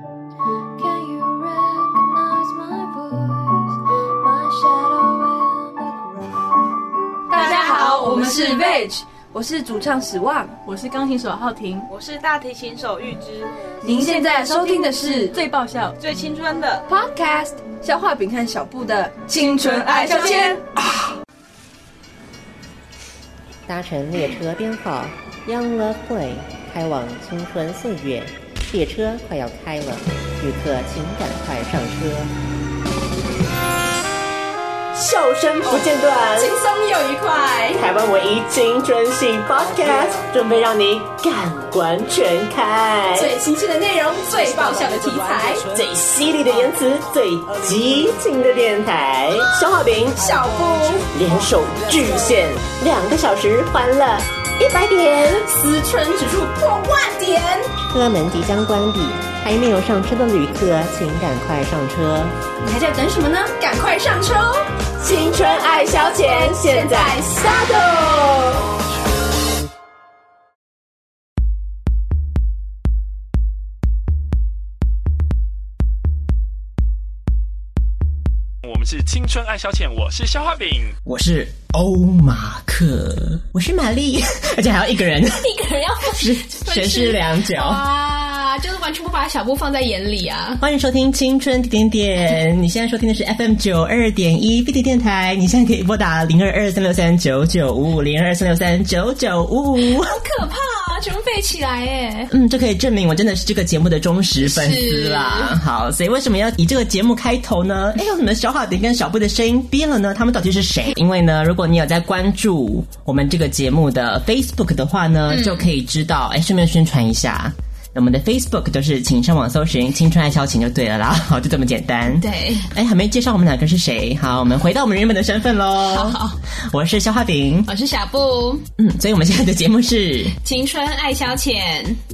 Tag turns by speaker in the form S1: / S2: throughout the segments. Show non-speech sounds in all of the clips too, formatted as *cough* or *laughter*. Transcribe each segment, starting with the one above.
S1: Can you recognize my voice? My shadow in the ground.
S2: 大家好，我们是 Veg，我是主唱史旺。
S3: 我是钢琴手浩婷，
S4: 我是大提琴手玉芝，
S2: 您现在收听的是
S3: 最爆笑，
S4: 最青春的
S2: Podcast 消化饼和小布的青春爱消遣。
S5: 搭乘列车编号 Young Love Boy 开往青春岁月，列车快要开了，旅客请赶快上车。
S6: 笑声不间断，
S2: 轻松又愉快，
S6: 台湾唯一青春系 Podcast，准备让你感官全开，
S2: 最新鲜的内容，最爆笑的题材，
S6: 最犀利的言辞，最激情的电台，消化饼
S2: 小布
S6: 联手巨献，两个小时欢乐一百点。
S2: 思春指数破万点。
S5: 车门即将关闭，还没有上车的旅客请赶快上车。
S2: 你还在等什么呢？赶快上车哦！
S6: 青春爱消遣，现在下豆。
S7: 我们是青春爱消遣，我是消化饼。
S8: 我是欧马克，我是玛丽， *laughs* 而且还要一
S5: *laughs*
S8: 个人，
S9: 一个人要
S8: 是全是两
S9: *laughs*
S5: 啊
S8: 脚。
S9: 哇，啊就是完全不把小布放在眼里啊！
S8: 欢迎收听《青春点点点》，你现在收听的是 FM 九二点一 BT 电台，你现在可以拨打零二二三六三九九五五零二三六三九九五五，
S9: 好可怕啊，全部背起来耶！
S8: 嗯，就可以证明我真的是这个节目的忠实粉丝啦。好，所以为什么要以这个节目开头呢？
S9: *laughs*
S8: 哎，为什么小好点跟小布的声音变了呢？他们到底是谁？因为呢，如果你有在关注我们这个节目的 Facebook 的话
S9: 嗯
S8: 呢，就可以知道。哎，顺便宣传一下。我们的 Facebook 就是请上网搜寻“青春爱消遣”就对了啦， *laughs* 好，就这么简单。
S9: 对，
S8: 哎，还没介绍我们两个是谁？好，我们回到我们原本的身份喽。
S9: 好好，
S8: 我是消化饼。
S9: 我是小布，
S8: 嗯，所以我们现在的节目是
S9: 青春爱消遣，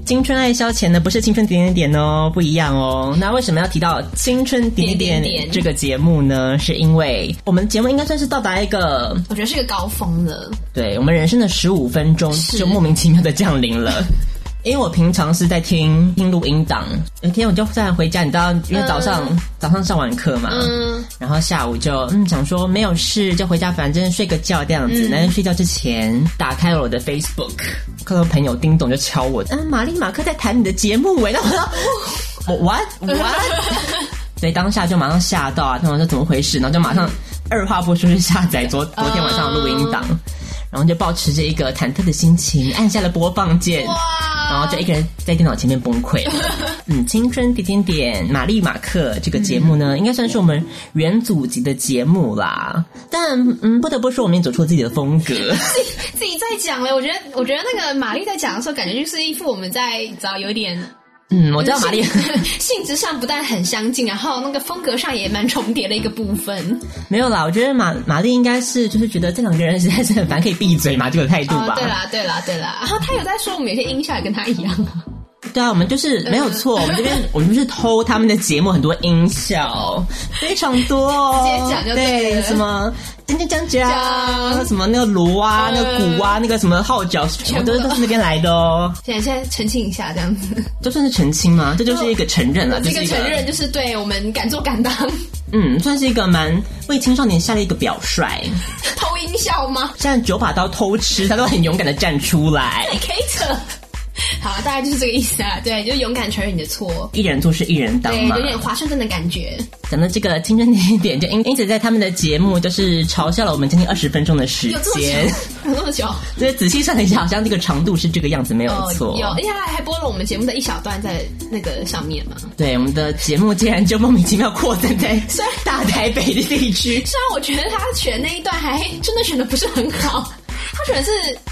S8: 青春爱消遣呢，不是青春点点点哦，不一样哦。那为什么要提到青春点点
S9: 点点
S8: 点
S9: 点
S8: 这个节目呢？是因为我们节目应该算是到达一个，
S9: 我觉得是个高峰了。
S8: 对我们人生的十五分钟就莫名其妙的降临 *laughs* 了。因为我平常是在听听录音档，有一天我就突然回家，你知道，因为早上、早上上完课嘛，
S9: 嗯，
S8: 然后下午就嗯想说没有事就回家，反正睡个觉这样子。但是睡觉之前打开了我的 Facebook，看到朋友叮咚就敲我，嗯、玛丽马克在谈你的节目哎，然后 *laughs* 我说我 what what，所以当下就马上吓到啊，他们说怎么回事，然后就马上二话不说就下载昨昨天晚上的录音档。然后就保持着一个忐忑的心情，按下了播放键，然后就一个人在电脑前面崩溃了。
S9: *laughs*
S8: 嗯，青春点点点，玛丽马克这个节目呢，
S9: 嗯
S8: 应该算是我们元祖级的节目啦。但嗯，不得不说，我们也走出了自己的风
S9: *laughs*
S8: 格。
S9: 自己在讲了，我觉得，我觉得那个玛丽在讲的时候，感觉就是一副我们在你知道有点
S8: 嗯，我知道玛丽 *laughs*
S9: 性 *laughs* 质上不但很相近，然后那个风格上也蛮重叠的一个部分。
S8: 没有啦，我觉得玛玛丽应该是就是觉得这两个人实在是很烦，可以闭嘴嘛，这个态度嗯吧。
S9: 哦，对啦，对啦，对啦。然后他有在说我们有些音效也跟他一样，
S8: 对啊，我们就是没有
S9: 嗯
S8: 错，我们这边 *laughs* 我们就是偷他们的节目很多音效，非常多哦。
S9: 直接讲就对
S8: 对
S9: 了
S8: 什么将将将
S9: 将
S8: 将，什么那个锣
S9: 嗯
S8: 啊，那个鼓啊，那个什么号角，全部都是都是那边来的哦。
S9: 现在现在澄清一下这样子。
S8: 这算是澄清
S9: *laughs*
S8: 吗？这啊就是一个承认了，
S9: 这
S8: 是
S9: 个
S8: 一
S9: 承认就是对我们敢做敢当，
S8: 嗯，算是一个蛮为青少年下了一个表率。
S9: 偷音效吗？ *laughs*
S8: 像九把刀偷吃，他都很勇敢的站出来，
S9: 可以扯。好，大概就是这个意思啊。对，就勇敢承认你的错，
S8: 一人做事一人当
S9: 对，
S8: 嘛
S9: 有。点华盛顿的感觉。
S8: 讲到这个青春点点，就因因此在他们的节目就是嘲笑了我们将近二十分钟的时
S9: 有这么
S8: 间。
S9: *laughs* 久，有这么久，哦
S8: 对，仔细算了一下，好像这个长度是这个样子，没有错。
S9: 有，而且他还播了我们节目的一小段在那个上面嘛。
S8: 对，我们的节目竟然就莫名其妙扩散在大台北的地
S9: *laughs*
S8: 区。
S9: 虽然我觉得他选那一段还真的选的不是很好，他选的是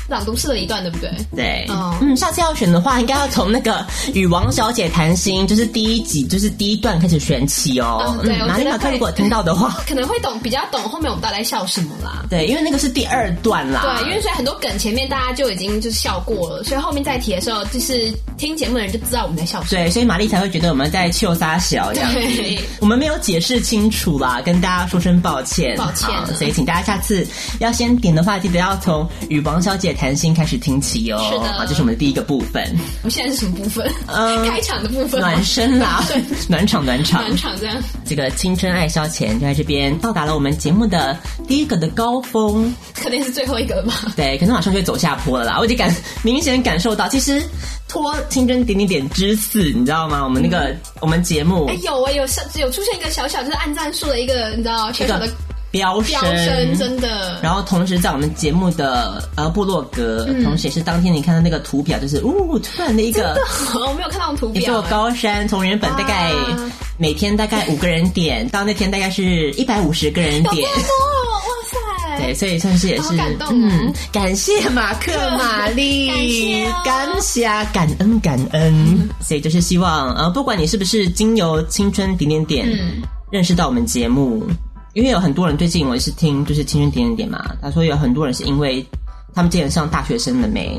S9: 朗读室的一段，对不对？
S8: 对，
S9: 哦
S8: 嗯，下次要选的话，应该要从那个与王小姐谈心，就是第一集，就是第一段开始选起哦。
S9: 嗯对我
S8: 玛
S9: 觉
S8: 丽
S9: 得
S8: 马克
S9: 会
S8: 如果听到的
S9: *laughs*
S8: 话，
S9: 可能会懂，比较懂后面我们到底在笑什么啦。
S8: 对，因为那个是第二段啦。
S9: 对，因为所以很多梗前面大家就已经就是笑过了，所以后面再提的时候，就是听节目的人就知道我们在笑什么。
S8: 对，所以玛丽才会觉得我们在秀撒小这样子
S9: 对
S8: 我们没有解释清楚啦，跟大家说声抱歉，
S9: 抱歉
S8: 好所以请大家下次要先点的话，记得要从与王小姐谈心开始听起哦。
S9: 是的
S8: 好，这是我们的第一个部
S9: *laughs*
S8: 分，
S9: 我们现在是什么部分？
S8: 嗯
S9: 开场的部分吗，
S8: 暖身
S9: *laughs*
S8: 啦，暖场暖场。
S9: 暖场这样。
S8: 这个青春爱消遣就在这边到达了我们节目的第一个的高
S9: *laughs*
S8: 峰，
S9: 肯定是最后一个了吧？
S8: 对，可能马上就会走下坡了啦。我已经感明显感受到，其实拖青春点点点之四，你知道吗？我们那个、我们节目
S9: 哎，有哎、有上有出现一个小小就是按赞数的一个，你知道小
S8: 这
S9: 小
S8: 个
S9: 的
S8: 飙
S9: 飙
S8: 升，
S9: 升，真的。
S8: 然后同时在我们节目的呃部落格，同时也是当天你看到那个图表，就是呜、突然的一个
S9: 我没有看到图
S8: 一座
S9: 表、哎
S8: 高山，从原本大概
S9: 哇
S8: 每天大概五个人点，到那天大概是一百五十个人
S9: 有这
S8: 点。
S9: 么多，哇塞！
S8: 对，所以算是也
S9: 好
S8: 是，
S9: 感动哦
S8: 嗯，感谢马克玛丽，
S9: *laughs* 感哦嗯
S8: 感谢啊，感恩感恩。所以就是希望，呃，不管你是不是经由青春点点点、
S9: 嗯
S8: 认识到我们节目，因为有很多人最近我也是听就是青春点点点嘛，他说有很多人是因为他们之前上大学生了没，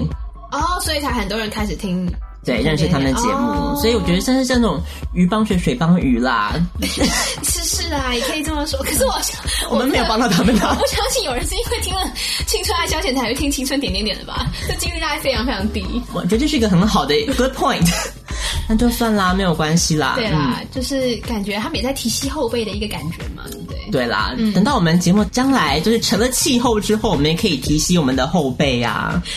S9: 哦，所以才很多人开始听。
S8: 对，认识他们的节目，
S9: 哦
S8: 所以我觉得算是这种鱼帮水，水帮鱼啦，
S9: 是是啊，也可以这么说。可是我想，
S8: 我们没有帮到他们啊的
S9: *laughs* 我相信有人是因为听了《青春爱消遣》才会听《青春点点点》的吧？这几率大概非常非常低。
S8: 我觉得这是一个很好的 good point，那 *laughs* 就算啦，没有关系啦，
S9: 对
S8: 嗯
S9: 啦，就是感觉他们也在提携后辈的一个感觉嘛，对不对？
S8: 对啦，
S9: 嗯
S8: 等到我们节目将来就是成了气候之后，我们也可以提携我们的后辈啊。
S9: *laughs*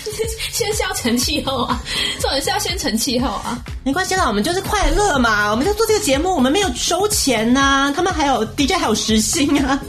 S9: 先是要成气候啊，这种人是要先成气候啊。
S8: 没关系啦，我们就是快乐嘛，我们在做这个节目，我们没有收钱呐、他们还有 DJ 还有时薪
S9: *laughs*
S8: 啊。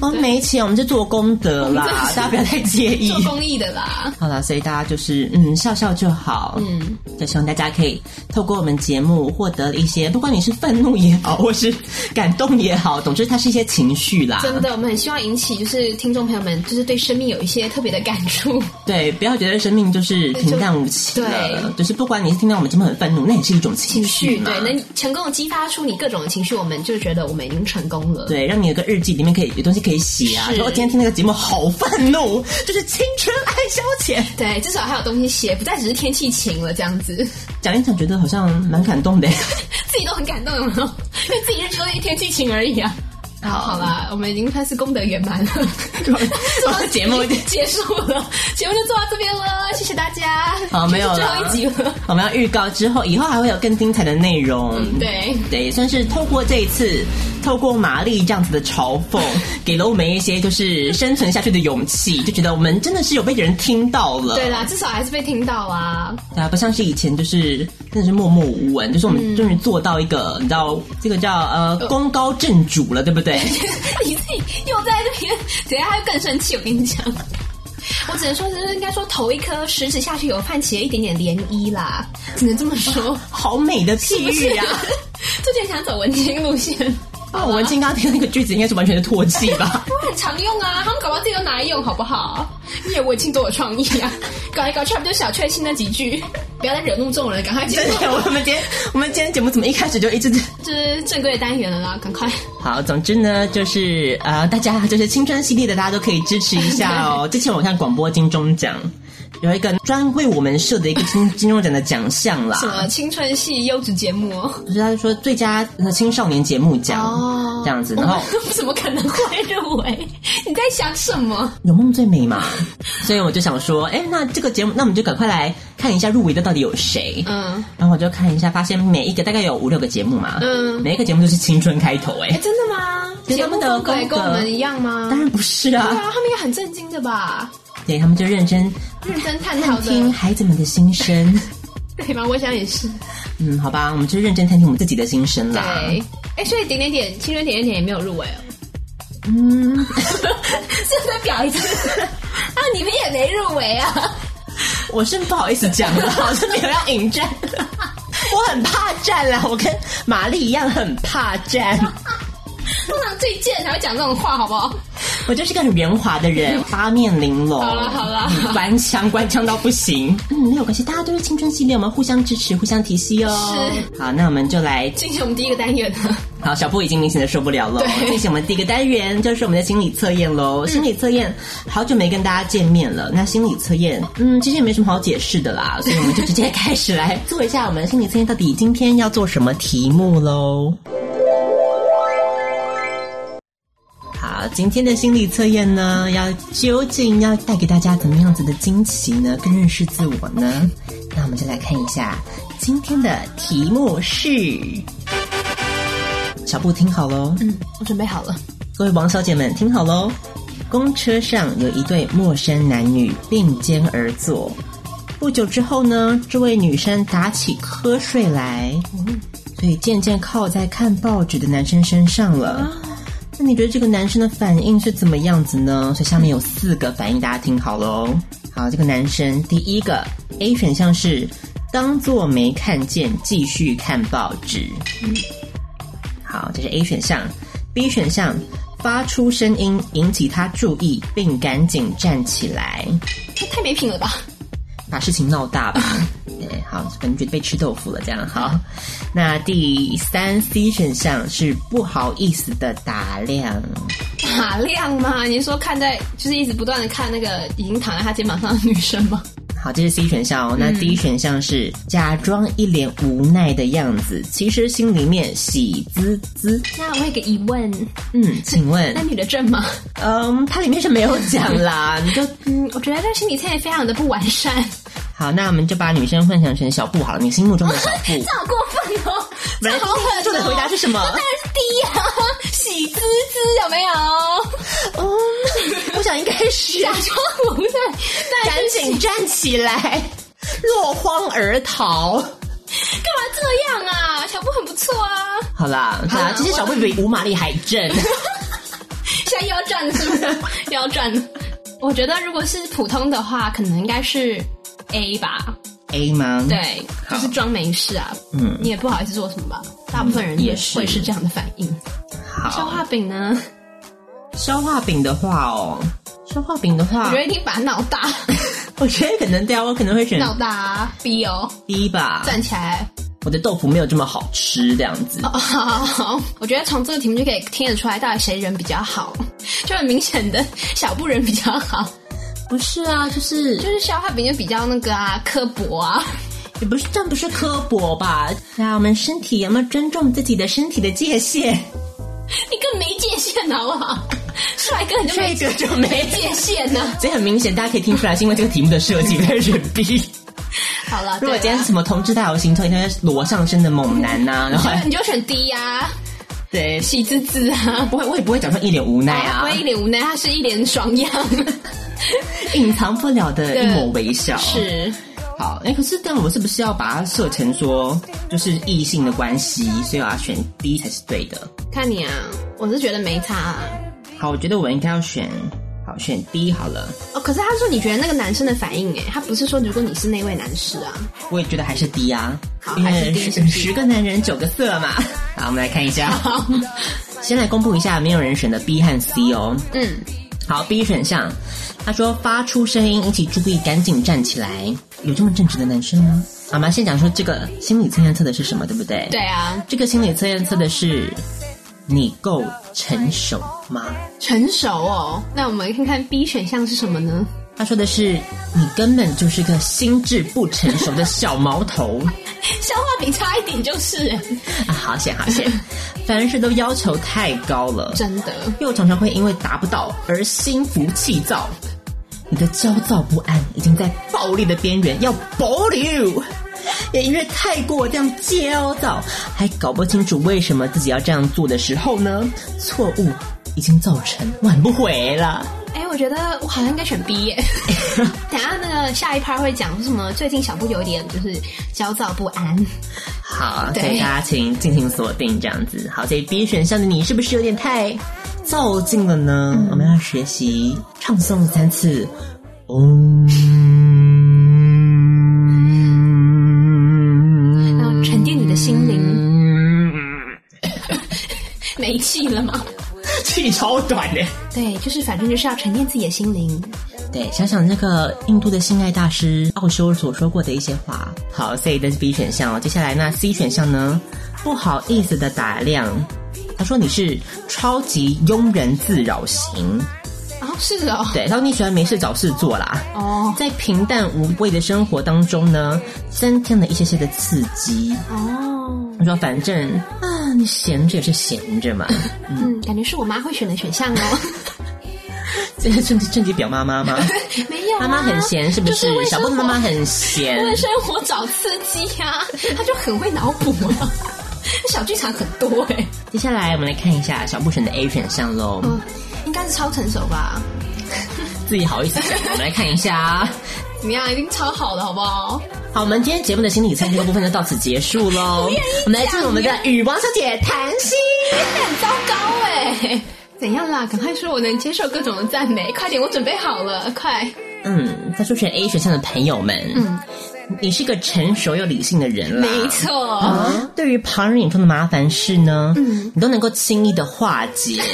S8: 哦，没钱，我们就做功德
S9: 我们真
S8: 啦
S9: 的，是
S8: 大家不要太介意
S9: 做。公益的啦，
S8: 好啦，所以大家就是嗯笑笑就好，嗯，就希望大家可以透过我们节目获得一些，不管你是愤怒也好，或是感动也好，总之它是一些情绪啦，
S9: 真的，我们很希望引起就是听众朋友们，就是对生命有一些特别的感触。
S8: 对，不要觉得生命就是平淡无奇了，就是不管你是听到我们节目很愤怒，那也是一种情
S9: 情
S8: 绪
S9: 绪，
S8: 嘛。
S9: 对，能成功的激发出你各种情绪，我们就觉得我们已经成功了。
S8: 对，让你有个日记，里面可以有东西可以写啊。
S9: 是
S8: 说我今天听那个节目好愤怒，就是青春爱消遣。
S9: 对，至少还有东西写，不再只是天气晴了这样子，
S8: 讲一讲，觉得好像蛮感动的。 *laughs*
S9: 自己都很感动，有没有？因为自己认出了一天气晴而已啊。好啦，我们已经算是功德圆 *laughs* 满了，
S8: 好节目
S9: 已经结束了，节目就做到这边了，谢谢大家。
S8: 好没有
S9: 这是
S8: 啦
S9: 最后一集了，
S8: 我们要预告之后，以后还会有更精彩的内容。
S9: 嗯对。
S8: 对，也算是透过这一次，透过玛丽这样子的嘲
S9: *laughs*
S8: 讽，给了我们一些就是生存下去的勇气，就觉得我们真的是有被人听到了。
S9: 对啦，至少还是被听到啊！ *laughs*
S8: 对啊，不像是以前，就是真的是默默无闻，就是我
S9: 嗯
S8: 们终于做到一个，你知道这个叫呃功高震主了，对不
S9: *laughs*
S8: 对？
S9: 你自己又在那边，等一下他又更生气。我跟你讲，我只能说，就是应该说，头一颗石子下去有泛起了一点点涟漪啦，只能这么说。
S8: 好美的
S9: 是
S8: 譬
S9: *laughs* 不是 *laughs* 啊
S8: 喻啊！
S9: 最近想走文青路线，
S8: 那我们金刚听那个句子应该是完全的唾弃吧？ *laughs*
S9: 不很常用啊，他们搞不好自己都拿来用，好不好？你也文青多有创意啊，搞来搞去还不就小确幸那几
S8: *laughs*
S9: 句？不要再惹怒众人，赶快结
S8: 真
S9: 束，
S8: 的，我们今天我们今天节目怎么一开始就一直
S9: 这是正规的单元了啦，赶快。
S8: *laughs* 好？总之呢，就是呃，大家就是青春系列的，大家都可以支持一下哦。
S9: *laughs*
S8: 之前我看广播金钟奖有一个专为我们设的一个金金钟奖的奖项啦，
S9: 什么青春系优质节目哦？
S8: 就是他说最佳呃青少年节目奖、
S9: 哦
S8: 这样子，然后。
S9: 怎么可能会入围？你在想什么？
S8: 有梦最美嘛， *laughs* 所以我就想说，哎、那这个节目，那我们就赶快来看一下入围的到底有谁。
S9: 嗯，
S8: 然后我就看一下，发现每一个大概有五六个节目嘛，
S9: 嗯
S8: 每一个节目都是青春开头、
S9: 哎，
S8: 哎，
S9: 真的吗？
S8: 觉得
S9: 节
S8: 他
S9: 目
S8: 们的
S9: 风格也
S8: 风格
S9: 跟我们一样吗？
S8: 当然不是啊，
S9: 对 *laughs* 啊，他们也很震惊的吧？
S8: 对他们就认真
S9: 认真探讨
S8: 听
S9: *laughs* 的，
S8: 孩子们的心声，
S9: 对吗？我想也是。
S8: 嗯，好吧，我们就认真探听我们自己的心声啦。
S9: *laughs* 对，哎，所以点点点，青春点点点也没有入围哦。嗯， *laughs* 是在表一次 *laughs* 啊，你们也没入围啊？
S8: 我是不好意思讲了，我是没有要引
S9: *laughs*
S8: 战，我很怕战啊啦，我跟玛丽一样很怕战。
S9: 通常最贱才会讲这种话，好不好？
S8: 我就是个很圆滑的
S9: *laughs*
S8: 人，八面玲珑。
S9: 好啦好啦
S8: 嗯官腔官腔到不行。嗯，没有关系，大家都是青春系列，我们互相支持，互相提携哦。是。好，那我们就来。
S9: 进行我们第一个单元了。
S8: 好，小布已经明显的受不了了。 *laughs*
S9: 对
S8: 进行我们第一个单元，就是我们的心理测验喽。心理测验，好久没跟大家见面了。那心理测验，嗯，其实也没什么好解释的啦，所以我们就直接开始来做一下我们心理测验到底今天要做什么题目喽。好，今天的心理测验呢，要究竟要带给大家怎么样子的惊奇呢？更认识自我呢？那我们就来看一下今天的题目是。小布听好喽，
S9: 嗯，我准备好了。
S8: 各位王小姐们听好喽！公车上有一对陌生男女并肩而坐，不久之后呢，这位女生打起瞌睡来，所以渐渐靠在看报纸的男生身上了。那你觉得这个男生的反应是怎么样子呢？所以下面有四个反应，大家听好喽。好，这个男生第一个 A 选项是当做没看见，继续看报纸。好，这是 A 选项。B 选项发出声音引起他注意，并赶紧站起来，
S9: 这太没品了吧？
S8: 把事情闹大吧。对，好，感觉被吃豆腐了，这样好。那第三 C 选项是不好意思的打量，
S9: 打量吗？你说看在就是一直不断的看那个已经躺在他肩膀上的女生吗？
S8: 好，这是 C 选项哦。那 D 选项是假装一脸无奈的样子，其实心里面喜滋滋。
S9: 那我有个疑问，
S8: 嗯，请问
S9: 那，女的正吗？
S8: 嗯，它里面是没有讲啦，你就
S9: 嗯，我觉得这个心理测验非常的不完善，
S8: 好，那我们就把女生幻想成小布好了，你心目中的小布。
S9: 这 *laughs* 好过分哦！
S8: 本来
S9: 这好狠哦！
S8: *laughs* 这的回答是什 *laughs* 么？
S9: 当然是第一 *laughs* 啊，喜滋滋有没有？
S8: 哦，我想应该是
S9: 假装无奈，但
S8: 赶
S9: 是
S8: 紧站起来，落荒而逃。
S9: 干嘛这样啊？小布很不错啊，
S8: 好啦，对啊，
S9: 好
S8: 这些小布比吴玛丽还 *laughs* 正。
S9: 现在腰转了是不是？腰转了。我觉得如果是普通的话，可能应该是 A 吧，
S8: A 吗？，
S9: 对，就是装没事啊，
S8: 嗯
S9: 你也不好意思做什么吧。大部分人
S8: 也是
S9: 会是这样的反应。消
S8: 好。
S9: 化饼呢，
S8: 消化饼的话哦，消化饼的
S9: 我
S8: 话
S9: 觉，得一定把它闹
S8: *laughs*
S9: 大，
S8: 我觉得可能对啊，我可能会选
S9: 闹大啊 B 哦，
S8: B 吧。
S9: 站起来。
S8: 我的豆腐没有这么好吃，这样子。
S9: 好， *laughs* 我觉得从这个题目就可以听得出来，到底谁人比较好， *laughs* 就很明显的小布人比较好，
S8: 不是啊，就是
S9: 就是消化饼就比较那个啊刻薄啊。 *laughs*
S8: 也不是，这样不是刻薄吧？对啊，我们身体有没有尊重自己的身体的界限？
S9: 你更没界限好不好？ *laughs* 帅哥你就没
S8: 帅哥就没
S9: 界限啊呢、 *laughs*
S8: 所以很明显，大家可以听出来，是因为这个题目的设计，我在选 B。
S9: 好了，
S8: 如果
S9: 对啊
S8: 今天是什么同志大游行，推那些裸上身的猛男呐、然后
S9: 你就选 D 呀、啊，
S8: 对，
S9: 喜滋滋啊，
S8: 不会，我也不会假装一脸无奈啊
S9: 不，会一脸无奈，他是一脸爽样，
S8: *laughs*
S9: *laughs*
S8: 隐藏不了的一抹微笑。
S9: 是
S8: 好，哎、可是但我们是不是要把它设成说，就是异性的关系，所以我要选 B 才是对的？
S9: 看你啊，我是觉得没差、啊。
S8: 好，我觉得我应该要选，好选 B 好了。
S9: 哦，可是他说你觉得那个男生的反应，哎，他不是说如果你是那位男士啊，
S8: 我也觉得还是 D 啊，
S9: 好
S8: 因为
S9: 还是 D，是
S8: 十
S9: D
S8: 十个男人九个色嘛。好，我们来看一下，先来公布一下没有人选的 B 和 C 哦。
S9: 嗯，
S8: 好，B 选项，他说发出声音引起注意，赶紧站起来。有这么正直的男生吗？好我们先讲说这个心理测验测的是什么，对不对？
S9: 对，啊，
S8: 这个心理测验测的是你够成熟吗？
S9: 成熟哦。那我们看看 B 选项是什么呢？
S8: 他说的是你根本就是个心智不成熟的小毛头。
S9: 消化饼差一点就是，哎
S8: 啊， *laughs* 好险好险！凡事都要求太高了，
S9: 真的。
S8: 又常常会因为达不到而心浮气躁。你的焦躁不安已经在暴力的边缘，要保留。 *laughs* 也因为太过这样焦躁，还搞不清楚为什么自己要这样做的时候呢，错误已经造成，挽不回了。
S9: 哎、我觉得我好像应该选 B *laughs* 耶。等一下那个下一趴会讲什么？最近小布有点就是焦躁不安。
S8: 好，
S9: 对
S8: 所以大家请进行锁定这样子。好，所以 B 选项的你是不是有点太躁进了呢？我们要学习唱诵三次，嗡、嗯
S9: 然后哦沉淀你的心灵。没气了吗？
S8: *laughs* 气超短欸的。
S9: 对，就是反正就是要沉淀自己的心灵。
S8: 对，想想那个印度的性爱大师奥修所说过的一些话。好，所以这是 B 选项哦。接下来那 C 选项呢？不好意思的打量，他说你是超级庸人自扰型。
S9: 哦，是哦，
S8: 对，他说你喜欢没事找事做啦。
S9: 哦
S8: 在平淡无味的生活当中呢，增添了一些些的刺激。
S9: 哦，
S8: 他说：“反正啊，啊，你闲着也是闲着嘛，
S9: *laughs* 嗯，感觉是我妈会选的选项哦。
S8: 这是正正极表妈妈吗？
S9: *laughs* 没有、啊，
S8: 妈妈很闲是不？
S9: 就是为
S8: 小
S9: 生
S8: 布的
S9: 活
S8: 妈妈很闲，
S9: 为生活找刺激 *laughs* 呀、她就很会脑补啊。 *laughs* 小剧场很多哎、
S8: 接下来我们来看一下小布选的 A 选项喽，
S9: 嗯，应该是超成熟吧？
S8: 自己好意思讲。我们来看一下，
S9: 怎么样？一定超好的，好不好？
S8: 好，我们今天节目的心理测这个部分就到此结束喽。我们来祝我们的羽王小姐谈心。
S9: 很糟糕哎、怎样啦？赶快说，我能接受各种的赞美，快点，我准备好了，快！
S8: 嗯，在说选 A 选项的朋友们，嗯，你是个成熟又理性的人啦。
S9: 没错，哦
S8: 啊，对于旁人眼中的麻烦事呢，
S9: 嗯
S8: 你都能够轻易的化解。 *laughs*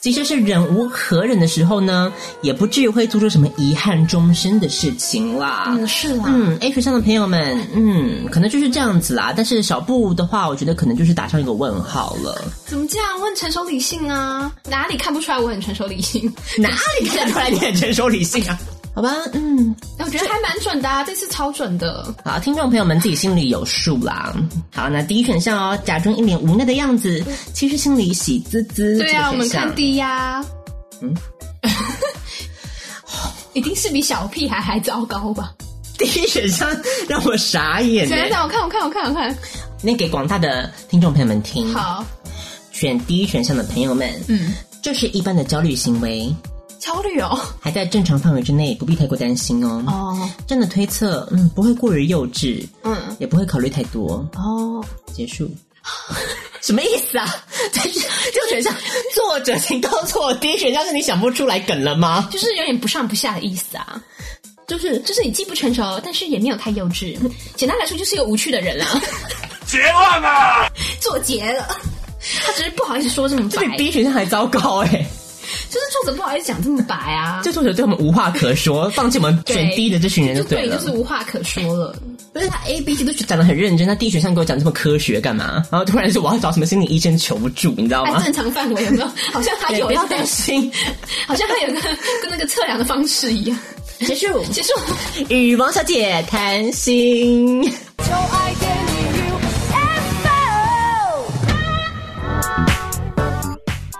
S8: 即使是忍无可忍的时候呢，也不至于会做出什么遗憾终身的事情啦。
S9: 嗯，是啦，
S8: 嗯，A 学校的朋友们，嗯，可能就是这样子啦。但是小布的话，我觉得可能就是打上一个问号了。
S9: *laughs* 怎么这样？我很成熟理性啊，哪里看不出来我很成熟理性？
S8: 哪里看得出来你很成熟理性啊？好吧，嗯，
S9: 哎 *laughs* 我觉得还蛮准的、啊，这次超准的。
S8: 好，听众朋友们自己心里有数啦。好，那第一选项哦，假装一脸无奈的样子，其实心里喜滋滋。
S9: 对啊，
S8: 这
S9: 我
S8: 个
S9: 们
S8: 选项
S9: 看 D 呀、
S8: 嗯
S9: 嗯， *laughs* 一定是比小屁孩还糟糕吧？
S8: 第一选项让我傻眼
S9: 怎样？
S8: 欸。
S9: 怎样我看，我看，我看，我看。
S8: 那给广大的听众朋友们听，
S9: 好，
S8: 选第一选项的朋友们，
S9: 嗯，
S8: 这是一般的焦虑行为，
S9: 焦虑哦，
S8: 还在正常范围之内，不必太过担心哦。
S9: 哦，
S8: 这样的推测，嗯，不会过于幼稚，
S9: 嗯，
S8: 也不会考虑太多。
S9: 哦，
S8: 结束。 *laughs* 什么意思啊？ *laughs* 这是这个选项，作者请告诉我，第一选项是你想不出来梗了吗？
S9: 就是有点不上不下的意思啊。就是就是你既不成熟，但是也没有太幼稚。简单来说，就是一个无趣的 *laughs* 人啊，
S7: 结论啊！
S9: 做结了。他只是不好意思说这么
S8: 这
S9: 白，
S8: 比 B 选项还糟糕哎、
S9: 就是作者不好意思讲这么白啊。
S8: 这作者对我们无话可 *laughs* 说，放弃我们选
S9: 对
S8: D 的这群人
S9: 就
S8: 对
S9: 对，
S8: 了。
S9: 就是无话可说了。
S8: 不是他 A、B、C 都讲的很认真，他第一选项给我讲这么科学干嘛？然后突然说我要找什么心理医生求助，你知道
S9: 在
S8: 吗？
S9: 正常范围有没有？好像他
S8: 对，
S9: 有
S8: 不
S9: 一
S8: 要
S9: 个
S8: 担，心。
S9: 好像他有一个 *laughs* 跟那个测量的方式一样。
S8: *laughs* 结 *laughs* 束，
S9: 结束。
S8: 与王小姐谈心。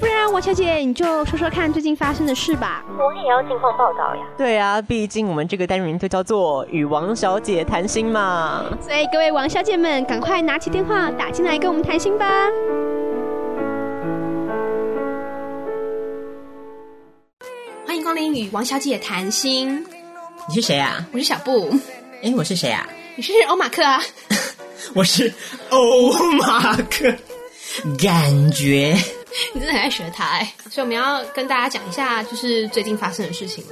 S3: 不然啊王小姐你就说说看最近发生的事吧。
S10: 我也要近况报道呀。
S6: 对啊，毕竟我们这个单元就叫做与王小姐谈心嘛。
S3: 所以各位王小姐们，赶快拿起电话打进来跟我们谈心吧。
S9: 欢迎光临与王小姐谈心，
S8: 你是谁啊？
S9: 我是小布，
S8: 哎，我是谁啊？
S9: 你是欧马克啊？
S8: 我是欧马克。感觉
S9: 你真的很爱学他哎，所以我们要跟大家讲一下，就是最近发生的事情了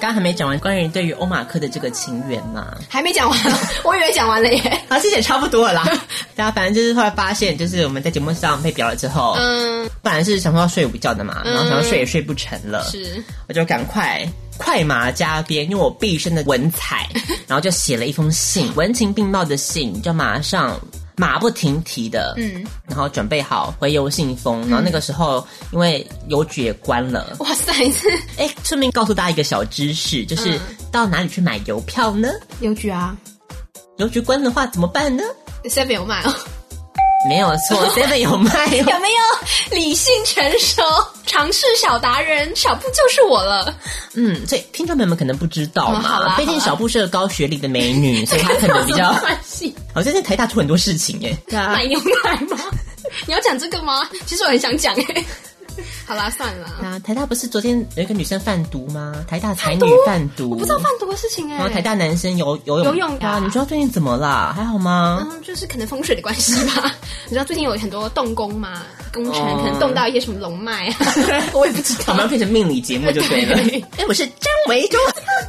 S8: 刚刚还没讲完关于对于欧马克的这个情缘嘛？
S9: 还没讲完，哦 *laughs* 我以为讲完了耶。
S8: 好，这也啊差不多了啦。 *laughs* 大家反正就是后来发现，就是我们在节目上被表了之后，
S9: 嗯，
S8: 本来是想说要睡午觉的嘛，然后想要睡也睡不成了，
S9: 是
S8: 我就赶快快马加鞭，用我毕生的文 *laughs* 采，然后就写了一封信，文情并茂的信，就马上。马不停蹄的，嗯，然后准备好回邮信封，然后那个时候因为邮局也关了，
S9: 哇塞，你是
S8: 哎、顺便告诉大家一个小知识，就是、到哪里去买邮票呢？
S9: 邮局啊
S8: 邮局关的话怎么办呢？
S9: ，seven 有卖哦，
S8: 没有 *laughs* 错，seven 有卖哦，
S9: 有没有理性成熟、尝试小达人？小布就是我了，
S8: 嗯，所以听众朋友们可能不知道
S9: 嗯好啦
S8: 嘛，
S9: 好啦
S8: 毕竟小布是个高学历的美 *laughs* 女，所以她可能比较
S9: *laughs* 有什么。关系。
S8: 好像在台大出很多事情耶。对
S9: *laughs* 买牛奶吗？ *laughs* 你要讲这个吗？其实我很想讲哎、 *laughs* 好啦，算了，
S8: 啊，台大不是昨天有一个女生贩毒吗？台大才女贩毒，
S9: 我不知道贩毒的事情哎、
S8: 然后台大男生游游泳
S9: 游泳的
S8: 啊，你啊知道最近怎么啦？还好吗？
S9: 嗯，就是可能风水的关系 *laughs* 吧。你知道最近有很多动工嘛，工程
S8: 哦
S9: 可能动到一些什么龙脉啊， *laughs* 我也不知
S8: 我
S9: *laughs* 道
S8: 们。要变成命理节目就 *laughs* 对了。
S9: 对
S8: 哎，我是张维忠，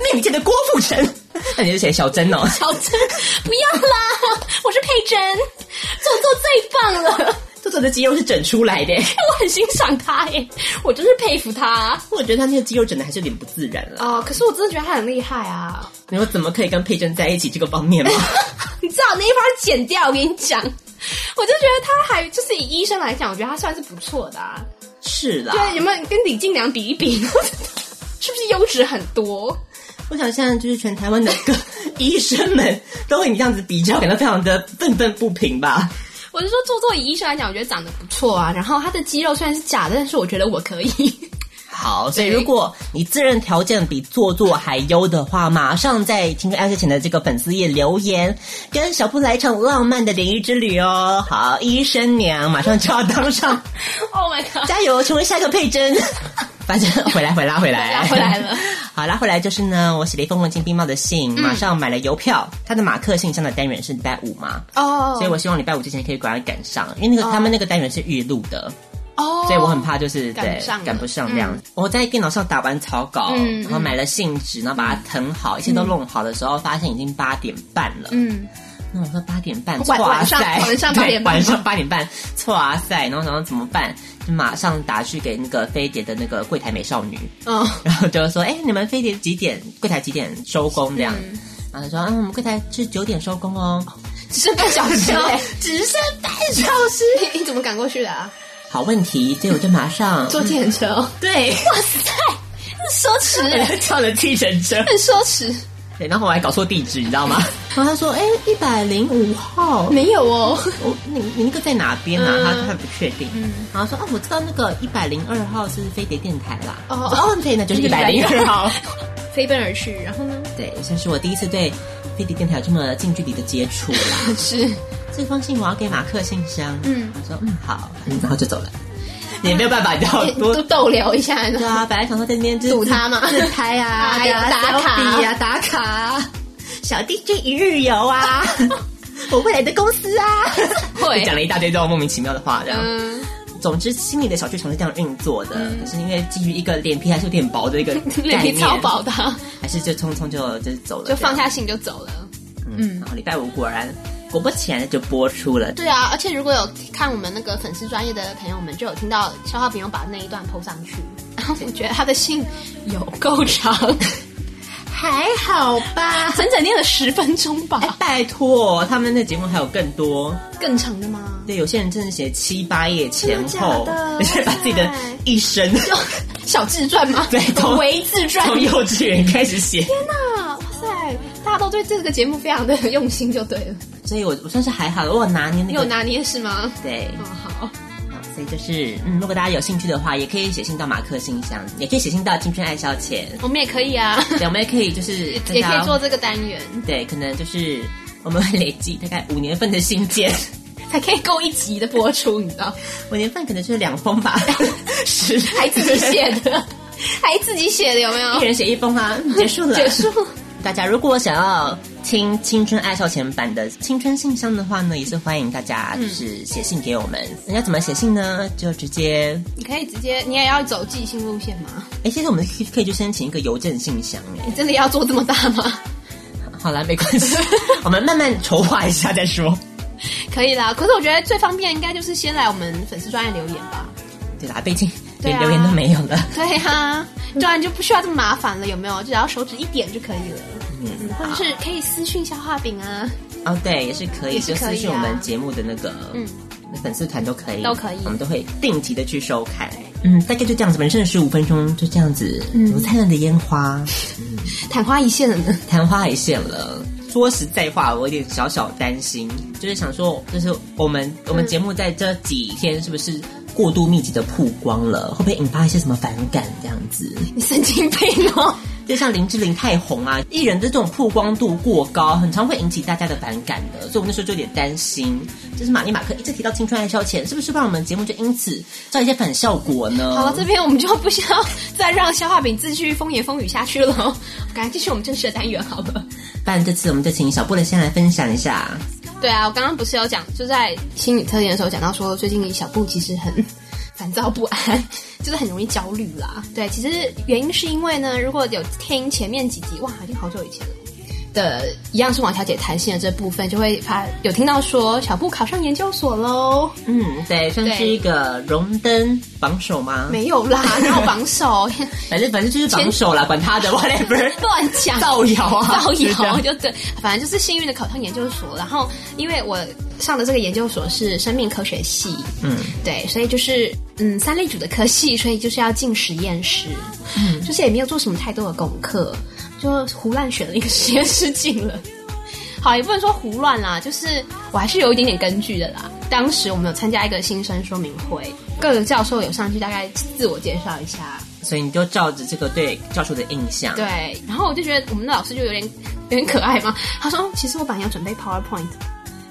S8: 命理界的郭富城。 *laughs* 那你是谁？小珍哦。
S9: 小珍，不要啦，我是佩珍，做做最棒了。 *laughs*
S8: 兔兔的肌肉是整出来的，
S9: 我很欣赏他耶，我就是佩服他啊、
S8: *laughs* 我觉得他那个肌肉整的还是有点不自然了。
S9: 哦可是我真的觉得他很厉害啊！
S8: 你说怎么可以跟佩珍在一起这个方 *laughs* 面吗？
S9: *laughs* 你知道那一盘剪掉，我跟你讲，我就觉得他还就是以医生来讲，我觉得他算是不错的啊。
S8: 是啦，
S9: 对，有没有跟李静良比一比？ *laughs* 是不是优质很多？
S8: 我想现在就是全台湾的各 *laughs* 医生们都为你这样子比较感到非常的愤愤不平吧？
S9: 我是说，做作以医生来讲，我觉得长得不错啊。然后他的肌肉虽然是假的，但是我觉得我可以。
S8: 好，所以
S9: 对
S8: 如果你自认条件比做作还优的话，马上在听歌爱之前的这个粉丝页留言，跟小布来一场浪漫的联谊之旅哦。好，医生娘马上就要当上，
S9: *laughs* oh my
S8: *laughs*
S9: god！
S8: 加油，成为下一个佩珍。 *laughs* 反正回来，回来，回来，
S9: 回来了。
S8: 好，拉回来就是呢，我写了一封文情并茂的信，
S9: 嗯
S8: 马上买了邮票。他的马克信箱的单元是礼拜五嘛，
S9: *laughs* 哦
S8: 所以我希望礼拜五之前可以赶快赶上，因为那个、他们那个单元是预录的，
S9: 哦，
S8: 所以我很怕就是
S9: 赶不
S8: 对
S9: 上了
S8: 赶不上这样。我在电脑上打完草稿，
S9: 嗯
S8: 然后买了信纸，然后把它誊好，一切都弄好的时候，发现已经八点半了。
S9: 嗯，
S8: 那我说八点半，
S9: 晚
S8: 哇
S9: 晚上
S8: 塞
S9: 晚上八点
S8: 对
S9: 半
S8: 晚上八点半，哇塞！然后想说怎么办，就马上打去给那个飞碟的那个柜台美少女，
S9: 嗯，
S8: 然后就说：“哎、你们飞碟几点？柜台几点收工？”这样，然后他说：“嗯，我们柜台是九点收工哦。
S9: 只剩半小 *laughs* 时嘞，只剩半小时，你你怎么赶过去的啊？”
S8: 好问题，所以我就马上
S9: 坐计程车 *laughs* 哦？
S8: 对，
S9: 哇塞，很奢侈
S8: *laughs*
S9: 耶，
S8: 跳了计程车，
S9: 很奢侈，
S8: 对，然后我还搞错地址，你知道 *laughs* 吗？然后他说：“哎、一百零五号，
S9: 没有哦， *laughs*
S8: 我你你那个在哪边啊？”
S9: 嗯
S8: 他他不确定，然后说：“哦，我知道那个一百零二号是飞碟电台啦。”
S9: 哦
S8: 我说哦，对，那就是一百零二
S9: 102
S8: 号。
S9: *laughs* 飞奔而去，然后呢？
S8: 对，算是我第一次对飞碟电台有这么近距离的接触啦。
S9: *laughs*
S8: *laughs*
S9: 是
S8: 这封信我要给马克信箱。
S9: 嗯，
S8: 我说嗯好，嗯然后就走了，也没有办法，你知道
S9: *laughs* 都
S8: 多。
S9: 逗聊一下
S8: 对
S9: *laughs* 呢，
S8: 啊，本来想说在那边就是
S9: 堵他嘛，
S8: 自拍啊，
S9: *laughs* 还有
S8: 对啊
S9: 打卡
S8: selfie 啊，打卡，小 DJ 一日游
S9: *laughs*
S8: 啊，我未来的公司啊，
S9: *laughs* 会
S8: 就讲了一大堆这种莫名其妙的话，这样。
S9: 嗯，
S8: 总之，心里的小剧场是这样运作的，可是因为基于一个脸皮还是有点薄的一
S9: *laughs*
S8: 个
S9: 脸皮
S8: 概念
S9: 超薄的，
S8: 还是就匆匆就就走了，
S9: 就放下心就走了。
S8: 嗯，然后礼拜五果然果不其然就播出了。
S9: 对啊，而且如果有看我们那个粉丝专业的朋友们，就有听到消化饼有把那一段 PO 上去。然后我觉得他的信有够 *laughs* 长，还好吧， *laughs* 整整念了十分钟
S8: 哎
S9: 吧，，
S8: 拜托，他们的节目还有更多。
S9: 哎更长的吗？
S8: 对，有些人真的写七八页前后
S9: 真的假的，
S8: 而且 *laughs* 把自己的一
S9: *laughs*
S8: 生
S9: *laughs* 小自传吗？ *laughs*
S8: 对从
S9: 微自传。
S8: 从幼稚园开始写。
S9: 那哇塞，大家都对这个节目非常的用心，就对了。
S8: 所以我我算是还好，我有拿捏那
S9: 你有
S8: 个。
S9: 拿捏是吗？
S8: 对，
S9: 哦，好，
S8: 好所以就是，嗯，如果大家有兴趣的话，也可以写信到马克信箱，也可以写信到青春爱消遣。
S9: 我们也可以 *laughs* 啊，
S8: 对，我们也可以就是跟
S9: 也
S8: 大
S9: 可
S8: 家
S9: 以做这个单元，
S8: 对，可能就是 *laughs* 我们会累积大概五年份的信件，
S9: *laughs* 还可以够一集的播出，你知 *laughs* 道？
S8: 五年份可能就是两封吧，是
S9: 还自己写 *laughs* 的，还自己写的有没有
S8: 一？人写一封啊，嗯结束了，
S9: *laughs* 结束。
S8: 大家如果想要听《青春爱笑前版的《青春信箱》的话呢，也是欢迎大家
S9: 嗯
S8: 就是写信给我们。人家怎么写信呢？就直接
S9: 你可以直接，你也要走寄信路线吗？
S8: 哎，其实我们可以可以去申请一个邮政信箱哎。
S9: 你真的要做这么大吗？ *laughs*
S8: 好啦，没关系， *laughs* 我们慢慢筹划一下再说。
S9: 可以啦，可是我觉得最方便应该就是先来我们粉丝专业留言吧。
S8: 对啦，毕竟
S9: 对
S8: 连
S9: 啊
S8: 留言都没有了。
S9: 对呀、啊，对啊，你就不需要这么麻烦了，有没有？只要手指一点就可以了。嗯，或者是可以私讯消化饼啊，
S8: 哦，对，也是可以，
S9: 也是
S8: 就
S9: 可以啊
S8: 私信我们节目的那个
S9: 嗯
S8: 粉丝团都可以，
S9: 都可以
S8: 我们都会定期的去收看。嗯，大概就这样子，人生的十五分钟就这样子，
S9: 嗯
S8: 如灿烂的烟花，
S9: 昙花一现了呢。
S8: 昙花一现了。说实在话，我有点小小担心，就是想说，就是我们我们节目在这几天是不是过度密集的曝光了，会不会引发一些什么反感这样子？
S9: 你神经病哦！
S8: 就像林志玲太红啊，艺人的这种曝光度过高，很常会引起大家的反感的，所以我那时候就有点担心，就是玛丽马克一直提到青春爱消遣，是不是不然我们节目就因此造一些反效果呢？
S9: 好了，这边我们就不需要再让消化饼继续风言风语下去了哦，赶快继续我们正式的单元好了。
S8: 不然这次我们就请小布雷先来分享一下，
S9: 对啊，我刚刚不是有讲，就在心理测验的时候讲到说，最近小布其实很烦躁不安，就是很容易焦虑啦。对，其实原因是因为呢，如果有听前面几集，哇，已经好久以前了。的一样是王小姐谈心的这部分，就会发有听到说小布考上研究所喽， *laughs*
S8: 嗯，对，算是
S9: 对
S8: 一个荣登榜首吗？
S9: 没有啦，然后榜首
S8: 反正反正就是榜首 *laughs* 啦，管他的 whatever。
S9: *laughs* 乱讲
S8: 造谣啊
S9: *laughs* 造
S8: 是这
S9: 谣
S8: 样
S9: 就对，反正就是幸运的考上研究所，然后因为我上的这个研究所是生命科学系，
S8: 嗯，
S9: 对，所以就是嗯三类组的科系，所以就是要进实验室，嗯，就是也没有做什么太多的功课，就胡乱选了一个实验室进了。 *laughs* 好，也不能说胡乱啦，就是我还是有一点点根据的啦。当时我们有参加一个新生说明会，各个教授有上去大概自我介绍一下，
S8: *laughs* 所以你就照着这个对教授的印象，
S9: 对，然后我就觉得我们的老师就有点有点可爱嘛。他说：“哦其实我本来要准备 PowerPoint，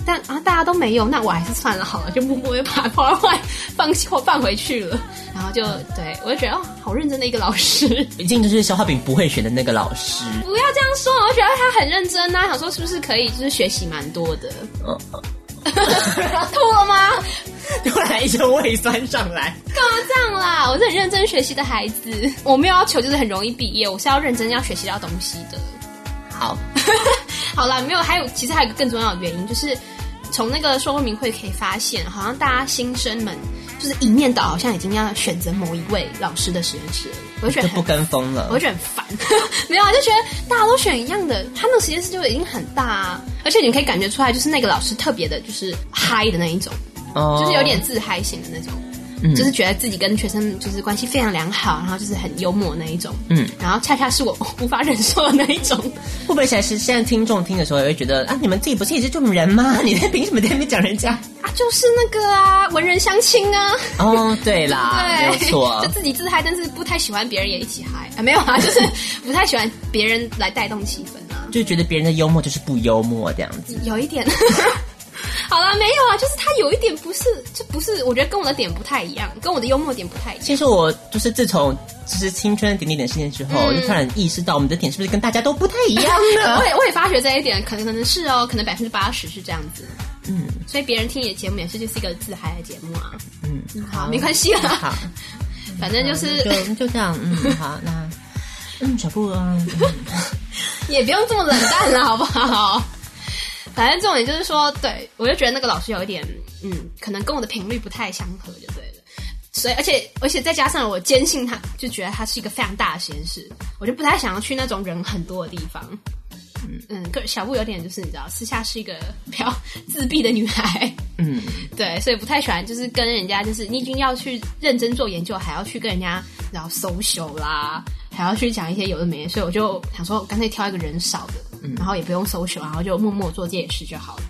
S9: 但啊大家都没有，那我还是算了好了，就默默的把 PowerPoint *laughs* 放弃或放回去了。”然后就对我就觉得哦，好认真的一个老师，
S8: 一定就是消化饼不会选的那个老 *laughs* 师。
S9: 不要这样说，我就觉得他很认真啊呐、想说是不是可以就是学习蛮多的。 *laughs*
S8: 嗯，
S9: 吐了吗？
S8: 突然一阵胃酸上来，
S9: 干嘛这样啦？我是很认真学习的孩子，我没有要求就是很容易毕业，我是要认真要学习到东西的。
S8: *laughs* 好，
S9: 好啦，没有，还有其实还有一个更重要的原因，就是从那个说明会可以发现，好像大家新生们就是一面倒，好像已经要选择某一位老师的实验室了，我就觉
S8: 就
S9: 得
S8: 不
S9: 很。
S8: 跟风了
S9: 我。就觉得很烦，没有啊，就觉得大家都选一样的，他们的实验室就已经很大、啊，而且你可以感觉出来，就是那个老师特别的，就是嗨的那一种，
S8: 哦
S9: 就是有点自嗨型的那种，
S8: 嗯
S9: 就是觉得自己跟学生就是关系非常良好，然后就是很幽默那一种，
S8: 嗯，
S9: 然后恰恰是我无法忍受的那一种，
S8: 会不会其实现在听众听的时候也会觉得啊，你们自己不是也是这种人吗？ *laughs* 你在凭什么在那边讲人家？
S9: 啊，就是那个啊，文人相亲啊，
S8: *laughs* 哦，对啦，没有
S9: 对，
S8: 错啊
S9: *laughs* 就，自己自嗨，但是不太喜欢别人也一起嗨啊，没有啊， *laughs* 就是不太喜欢别人来带动气氛啊，
S8: *laughs* 就觉得别人的幽默就是不幽默这样子。
S9: 有一点。 *laughs* 好啦，没有啊，就是他有一点不是，就不是，我觉得跟我的点不太一样，跟我的幽默点不太一样。
S8: 其实我就是自从就是青春点点点事件之后，我就突然意识到我们的点是不是跟大家都不太一样 *laughs* 呢？
S9: 我也我也发觉这一点，可能可能是哦，可能百分之八十是这样子。嗯，所以别人听你的节目也是就是一个自嗨的节目啊。
S8: 嗯，
S9: 好，没关系啦，
S8: *laughs* 好，
S9: 反正就是
S8: 就就这样， *laughs* 嗯，好，那嗯，小布啊，
S9: 也不用这么冷淡了，好不好？ *laughs* 反正重点就是说，对我就觉得那个老师有一点，嗯，可能跟我的频率不太相合，就对了。所以，而且而且再加上我坚信他，就觉得他是一个非常大的实验室，我就不太想要去那种人很多的地方。嗯嗯，个小布有点就是你知道，私下是一个比较 *laughs* 自闭的女孩，
S8: 嗯，
S9: 对，所以不太喜欢就是跟人家就是你已经要去认真做研究，还要去跟人家然后搜修啦，还要去讲一些有的没的，所以我就想说，我干脆挑一个人少的，然后也不用搜修，然后就默默做这件事就好了。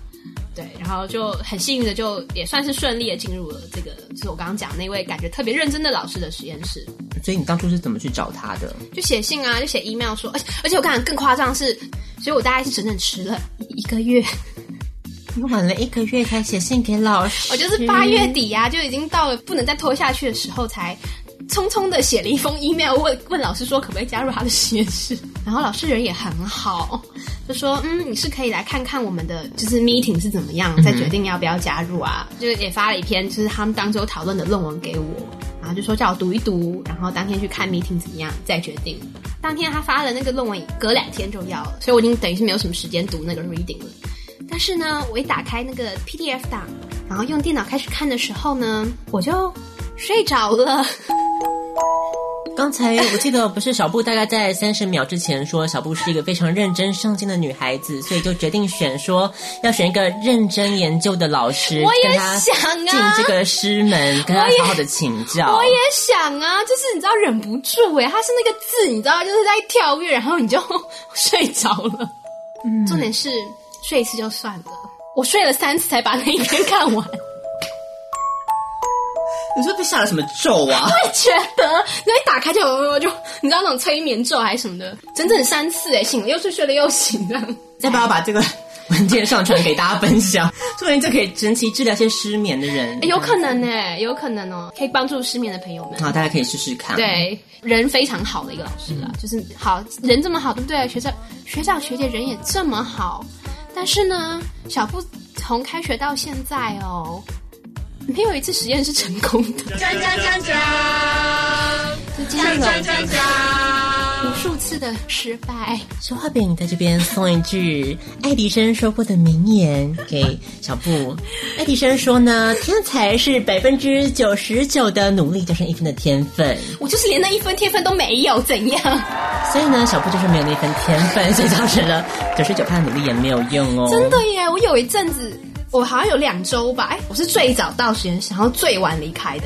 S9: 对，然后就很幸运的，就也算是顺利的进入了这个，就是我刚刚讲那位感觉特别认真的老师的实验室，
S8: 所以你当初是怎么去找他的？
S9: 就写信啊，就写 email 说，而且而且我刚刚更夸张的是，所以我大概是整整迟了一个月。
S8: 你晚了一个月才写信给老师，
S9: 我就是八月底呀、就已经到了不能再拖下去的时候，才匆匆的写了一封 email 问问老师说可不可以加入他的实验室。然后老师人也很好，就说嗯，你是可以来看看我们的就是 meeting 是怎么样，再决定要不要加入啊。就是也发了一篇就是他们当周讨论的论文给我，然后就说叫我读一读，然后当天去看 meeting 怎么样，再决定。当天他发了那个论文，隔两天就要了，所以我已经等于是没有什么时间读那个 reading 了。但是呢，我一打开那个 PDF 档，然后用电脑开始看的时候呢，我就睡着了。
S8: 刚才我记得不是小布大概在三十秒之前说小布是一个非常认真上进的女孩子，所以就决定选说要选一个认真研究的老师，
S9: 我也
S8: 跟他
S9: 想
S8: 进
S9: 啊
S8: 这个师门，跟他好好的请教。 *laughs*
S9: 我也想啊，就是你知道忍不住诶、它是那个字，你知道就是在跳跃，然后你就 *laughs* 睡着了。重点是睡一次就算了，我睡了三次才把那一篇看完。 *laughs*
S8: 你说被下了什么咒啊？
S9: 我也觉得，然后一打开就有就你知道那种催眠咒还是什么的，整整三次诶、醒了又睡，睡了又醒这样。
S8: 再帮我把这个文件上传给大家分享， *laughs* 说不定就可以神奇治疗一些失眠的人。
S9: 诶有可能诶、有可能哦、可以帮助失眠的朋友们。
S8: 好，大家可以试试看。，
S9: 对，人非常好的一个老师啦，就是好人这么好，对不对？学长、学长、学姐人也这么好，但是呢，小布从开学到现在哦，没有一次实验是成功的，
S4: 锵锵锵锵
S9: 就经历了无数次的失败。
S8: 小画饼在这边送一句爱迪生说过的名言给小布。爱迪生说呢，天才是百分之九十九的努力加上一分的天分，
S9: 我就是连那一分天分都没有，怎样？
S8: 所以呢，小布就是没有那份天分，所以造成了九十九趴的努力也没有用哦。
S9: 真的耶！我有一阵子，我好像有两周吧，哎，我是最早到学然后最晚离开的，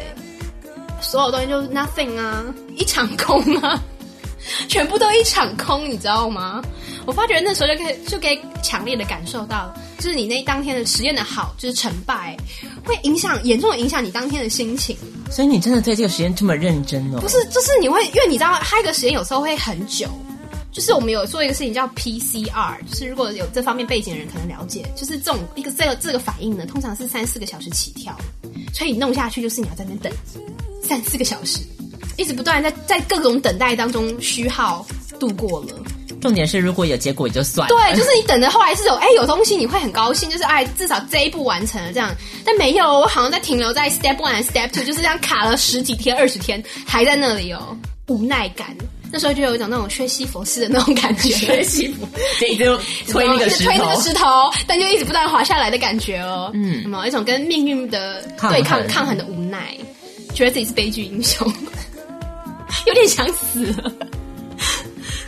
S9: 所有东西就是 nothing 啊，一场空啊， *laughs* 全部都一场空，你知道吗？我发觉那时候就可以就可以强烈的感受到，就是你那当天的实验的好，就是成败，会影响严重的影响你当天的心情。
S8: 所以你真的对这个实验这么认真哦
S9: 不？是，就是你会，因为你知道，嗨个实验有时候会很久。就是我们有做一个事情叫 PCR，就是如果有这方面背景的人可能了解，就是这种一个这个这个反应呢，通常是三四个小时起跳，所以你弄下去就是你要在那边等三四个小时，一直不断地在在各种等待当中虚耗度过了。
S8: 重点是如果有结果也就算了。*laughs*
S9: 对，就是你等着后来是有哎、有东西，你会很高兴，就是哎至少这一步完成了这样。但没有，哦我好像在停留在 step one、step two，就是这样卡了十几天、二十天，还在那里哦，无奈感。那时候就有一种那种缺西佛斯的那种
S8: *laughs*
S9: 感觉，
S8: 学习不，所以就推那个石头，
S9: *laughs* 推那个石头，但就一直不断滑下来的感觉哦。
S8: 嗯
S9: 嗯，那么一种跟命运的
S8: 抗衡
S9: 对抗、抗衡的无奈，觉得自己是悲剧英雄， *laughs* 有点想死了，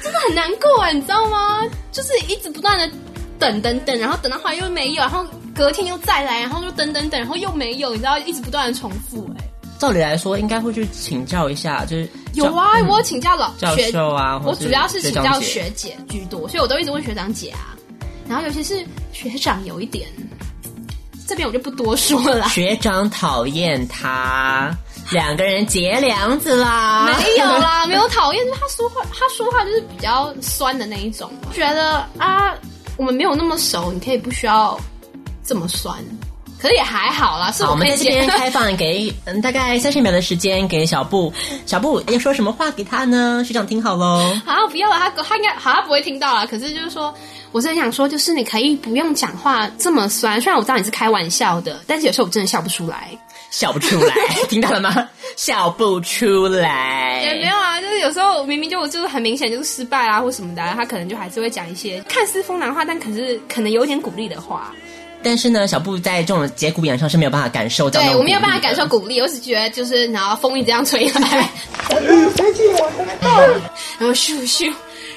S9: 真的很难过啊，你知道吗？就是一直不断的等等等，然后等到后来又没有，然后隔天又再来，然后又等等等，然后又没有，你知道，一直不断的重复、哎，
S8: 照理来说应该会去请教一下，就是嗯
S9: 有啊，我有请教老
S8: 教
S9: 学
S8: 授啊或
S9: 我
S8: 是
S9: 主要是请
S8: 学
S9: 教
S8: 长姐
S9: 学姐居多，所以我都一直问学长姐啊。然后尤其是学长有一点，这边我就不多
S8: *laughs*
S9: 说了啦，
S8: 学长讨厌他，两个人结梁子啊啦。
S9: 没有啦， *laughs* 没有讨厌，就是他说话，他说话就是比较酸的那一种，觉得啊，我们没有那么熟，你可以不需要这么酸，可是也还好啦，是
S8: *laughs* 好，我
S9: 可
S8: 们
S9: 以
S8: 在这边
S9: *laughs* 接
S8: 开放给嗯大概三十秒的时间给小布，小布要说什么话给他呢？学长听好喽。
S9: 啊，不要了，他他应该好，他不会听到啦。啊可是就是说，我真的想说，就是你可以不用讲话这么酸。虽然我知道你是开玩笑的，但是有时候我真的笑不出来。
S8: 笑不出来， *laughs* 听到了吗？笑不出来。
S9: 也没有啊，就是有时候明明就我就是很明显就是失败啊或什么的啊、他可能就还是会讲一些看似风凉话，但可是可能有点鼓励的话。
S8: 但是呢，小布在这种节骨眼上是没有办法感受到。
S9: 对我没有办法感受。鼓励，我只觉得就是然后风一直这样吹哎来，然后咻咻，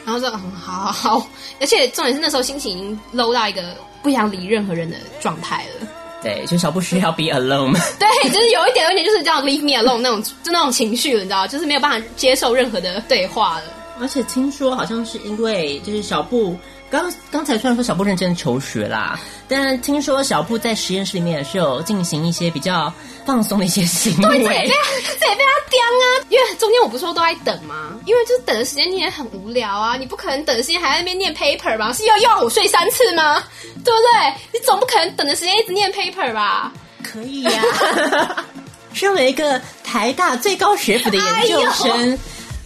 S9: 然后说嗯好好好，而且重点是那时候心情已经 low 到一个不想理任何人的状态了。
S8: 对，就小布需要 be alone。
S9: 对，就是有一点，有一点就是这样 leave me alone 那种，就那种情绪了，你知道，就是没有办法接受任何的对话了。
S8: 而且听说好像是因为就是小布刚刚才虽然说小布认真求学啦，但听说小布在实验室里面也是有进行一些比较放松的一些行
S9: 对，这也被
S8: 为。
S9: 他，这也被他刁啊！因为中间我不是说都在等吗？因为就是等的时间你也很无聊啊，你不可能等的时间还在那边念 paper 吧？是要要我睡三次吗？对不对？你总不可能等的时间一直念 paper 吧？
S8: 可以呀、 *laughs* 身为一个台大最高学府的研究
S9: 哎
S8: 生。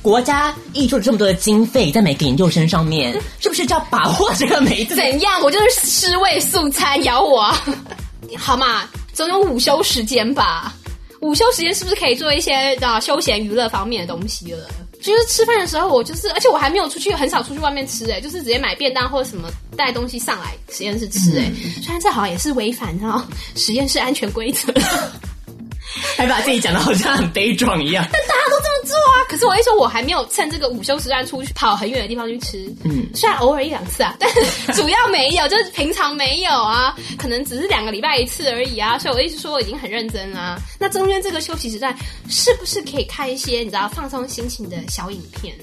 S8: 国家挹注了这么多的经费在每个研究生上 *laughs* 面，是不是就要把握这个每一次
S9: 怎样？我就是尸位素餐，咬我啊！ *laughs* 好嘛，总有午休时间吧？午休时间是不是可以做一些的休闲娱乐方面的东西了？就是吃饭的时候，我就是，而且我还没有出去，很少出去外面吃、哎，就是直接买便当或者什么带东西上来实验室吃、哎、虽然这好像也是违反到实验室安全规则，但大
S8: 还把自己讲的好像很悲壮 *laughs* 一样？
S9: 家都这么做啊。可是我一说，我还没有趁这个午休时段出去跑很远的地方去吃，
S8: 嗯，
S9: 虽然偶尔一两次啊， *laughs* 但是主要没有，就是平常没有啊，可能只是两个礼拜一次而已啊。所以我一直说我已经很认真啦、那中间这个休息时段，是不是可以看一些你知道放松心情的小影片？